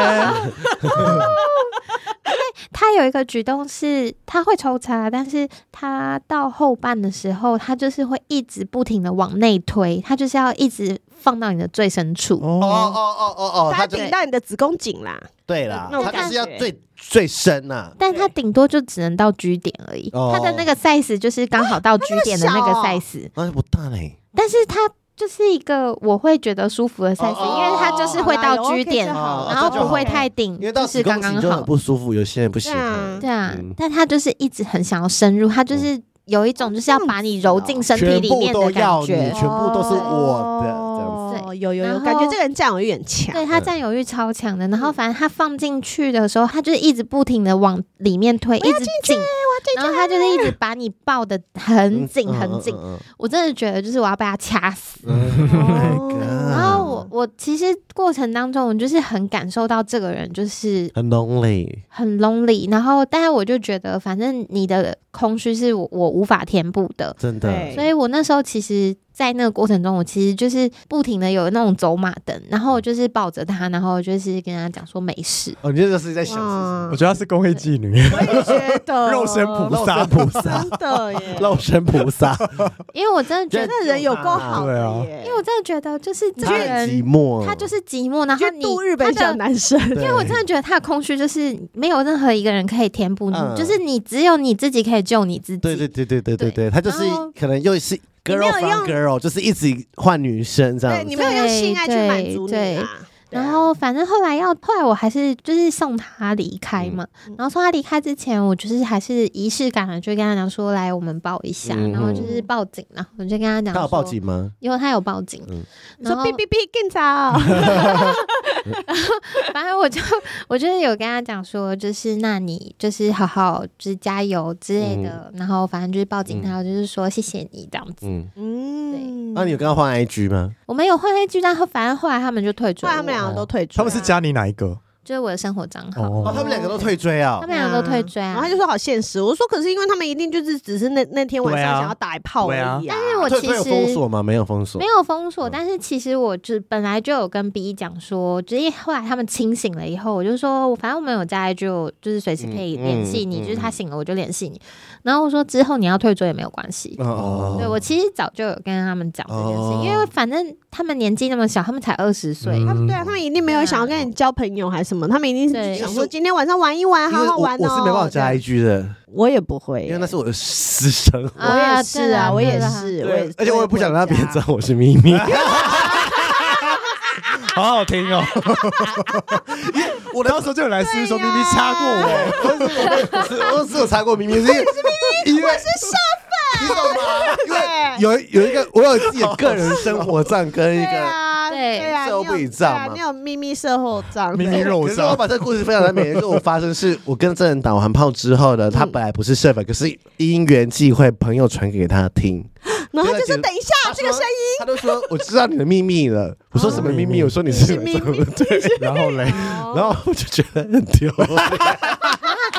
他有一个举动是他会抽插，但是他到后半的时候，他就是会一直不停的往内推，他就是要一直放到你的最深处。
哦
哦，
哦哦哦哦，
他
他就
顶到你的子宫颈啦，
对啦，
那我
他就是要
感觉
最最深呐。
但他顶多就只能到 G 点而已，
哦
他的那个 size 就是刚好到 G 点的那个
小哦
size，、
啊，不大嘞，
但是他就是一个我会觉得舒服的 size，、
哦
因为他就是会
好啦
到
有
G
OK
点，
就好了
然后
哦这就
不会
好
太顶，
因为到
就
子
是
宫
刚
颈
刚
就很
好。
不舒服，有些人不喜
对啊
欢。
对啊，
嗯
但他就是一直很想要深入，他就是有一种就是要把你揉进身体
全
里
部
面
都
的
要
感
你，
觉
全。部都是我的这样子。
哦，有有
然
有，
后
感觉这个人占有欲很
对
强。
他占有欲超强的，然后反正他放进去的时候，他就是一直不停的往里面推，一直紧，然后他就是一直把你抱的很紧很紧。
嗯
我真的觉得就是我要被他掐死。
嗯嗯 Oh my
然
god
后我我其实过程当中，我就是很感受到这个人就是
很 lonely，
很 lonely，然后但是我就觉得反正你的空虚是我我无法填补的，
真的。
对
所以我那时候其实，在那个过程中，我其实就是不停的有那种走马灯，然后我就是抱着他，然后就是跟他讲说没事。
哦，你这就是在想
哇
我觉得她是工会妓女，
我也觉得
肉 身
是
菩
不是
萨
哦 肉身，菩萨
真，的耶，
肉身菩萨，
因为我真的觉
觉
得，
得人有够好
对
的
啊
耶，
因为我真的觉得，就是这个
他很寂
人，
寞，
他就是寂寞，然后
去
你
度日本
他
小
的。
男生。
对，
因为我真的觉得他的空虚就是没有任何一个人可以填补你，
嗯
就是你只有你自己可以救你自己。
对对对对对对对，他就是
然后
可能又是
没有
girl from
用
girl，就是一直换女生这
对，
样
你
子。
没有用性爱去
对
满足你
对
啊。
然后反正后来要后来我还是就是送他离开
嗯
嘛，然后送他离开之前，我就是还是仪式感的，就跟他讲说来我们抱一下，
嗯
然后就是报警，然后我就跟他讲
他有报
说，
警吗？
因为他有报警，
嗯
你说
然后
哔哔哔更早，
反正我就我就是有跟他讲说，就是那你就是好好就是加油之类的，然后反正就是报警他，我就是说谢谢你这样子，
嗯，
嗯，
那你有跟他换 IG 吗？
我们有换 IG，但后反正后来他们就退追
后来
我，
他们两个都退出，啊
他们是加你哪一个？
就是我的生活账号，
哦，
哦，
他们两个都退追啊
他。们两个都退追
然
啊
后他，就说好现实，我说可是因为他们一定就是只是那那天晚
对
上
啊
想要打一炮而
对啊
已啊。
但是我
退
其
追有
实
封锁吗？没有封锁
没。有封锁，
嗯
但是其实我就本来就有跟 B 讲说，就是后来他们清醒了以后，我就说，反正我们有在就就是随时可以联系你，
嗯嗯
就是他醒了我就联系你。然后我说之后你要退追也没有关系。
哦哦
对我其实早就有跟他们讲这件事，
哦
因为反正他们年纪那么小，他们才二十岁，
嗯
他们对啊，他们一定没有想要跟你交朋友还是什么，他们一定
对
是想说今天晚上玩一玩，
因
好
为
好
我我
玩哦。
是没办法加
这样
IG 的，
我也不会耶，
因为那是我的私生活。
我也是啊，我也。
对啦
是，我也是，
而且我也不想让别人知
走。
道我是秘密。
好好听 哦。
我
我到时候就有来私说咪咪掐过 我，
我是我是有查过秘密，是因为因为是社粉，你懂吗？因为
对
有有一个我有自己的个人生活账跟一
对
个，
啊，
对
对啊，
社
你有
会账
对啊
嘛
你有秘密社后账，
咪咪
对
肉
可是我
照。
把这个故事分享在每一个我 发生是，我跟真人打完炮之后
嗯
呢，他本来不是社粉，可是因缘际会，朋友传给他听，
然后他就说
对啊
等一下，这个声音
他都说我知道你的秘密了。我
哦
说什么秘密？我说你是
是秘密
对，
然后嘞，
啊然后我就觉得很丢脸。
那可啊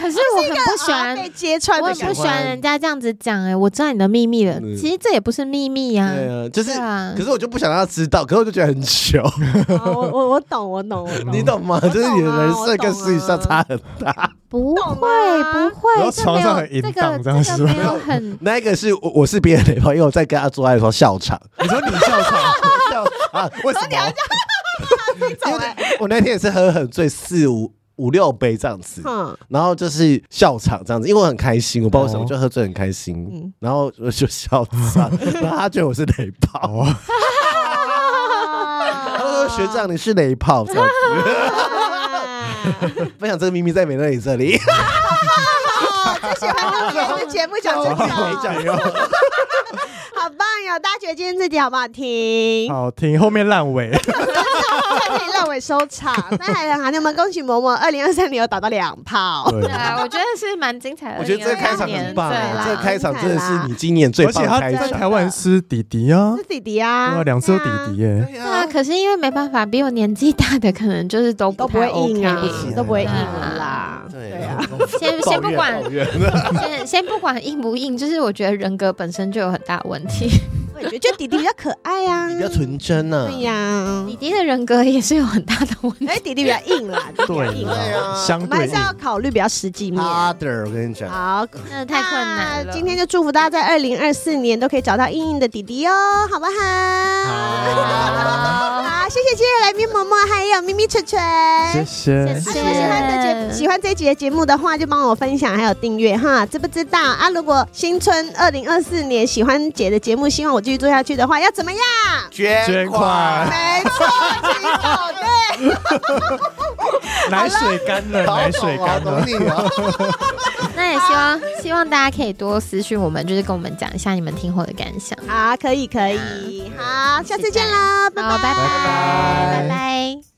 可是我很不喜欢
呃被揭穿
我
的
很
感
不
觉。
喜欢人家这样子讲，哎，我知道你的秘密了。
嗯
其实这也不是秘密呀、
对
嗯
啊，就是
对，啊
可，是我就不想让他知道，可是我就觉得很糗，
好哦我我我懂，我懂，
嗯
我懂。啊
你懂吗？就是你的人设跟私底下差很大。
不
懂
会
啊
不会，
然后
这
床
没
上
有
很淫
这
荡
个
这样
这
是
个
吧
没有很
那一个是我我是别人的朋友在跟他做爱的时候笑场，
你说你笑场，
笑场为什么？
懂
因为我那天也是喝很醉，四五五六杯这样子，
嗯，
然后就是笑场这样子，因为我很开心，我不知道为什么
哦
我就喝醉很开心，
嗯
然后我就笑场，然后他觉得我是雷炮，
哦
他说学长你是雷炮这样子，分享这个秘密在美乐你这里，
我喜欢他们这节目讲真
没
的，哦
讲哟，
好棒哟！大家觉得今天这集好不好听？
好听，后面烂尾，
还可以烂尾收场。那还有还有我们恭喜某某二零二三年有打到两炮，
对啊，我觉得是蛮精彩的。
我觉得这个开场
2022
很棒
对
啦，
这个开场真的
精彩啦
是你今年最
而
棒
且
的
他
开
在
场。
台湾吃弟弟啊
是，弟弟啊，
对啊，两次都弟弟 耶，
对
对啊，可是因为没办法，比我年纪大的可能就是都
都
不
不
太
会硬啊
OK
起来，
都不会硬
啊
啦。
对
对
啊
啊，
先先不管
抱 怨抱怨
先 先不管硬不硬，就是我觉得人格本身就有很大问题。
我也觉得就弟弟比较可爱呀
嗯
比，较纯真啊呢。
对呀
弟，弟的人格也是有很大的问 题。
哎，弟弟比较硬啦，弟弟比较
对
硬
对
啦。
啊
啊，相
我们还是
对应，
要考虑比较实际面。
Other，我跟你讲，
好，
真的太困难了。
那今天就祝福大家在二零二四年都可以找到硬硬的弟弟哦，好不好？ 好，谢谢今天来宾萌萌，还有咪咪蠢蠢。
谢谢。
啊如果喜欢的节喜欢这一集的节目的话，就帮我分享还有订阅哈，知不知道啊？如果新春二零二四年喜欢姐的节目，希望我继续做下去的话，要怎么样？
捐
捐款
没错，举手对。
奶水干了，奶水干
懂
了，
你了。
那也希望希望大家可以多私讯我们，就是跟我们讲一下你们听后的感想。
好，可以可以，好，下次见喽，拜
好，
拜。
拜拜拜拜。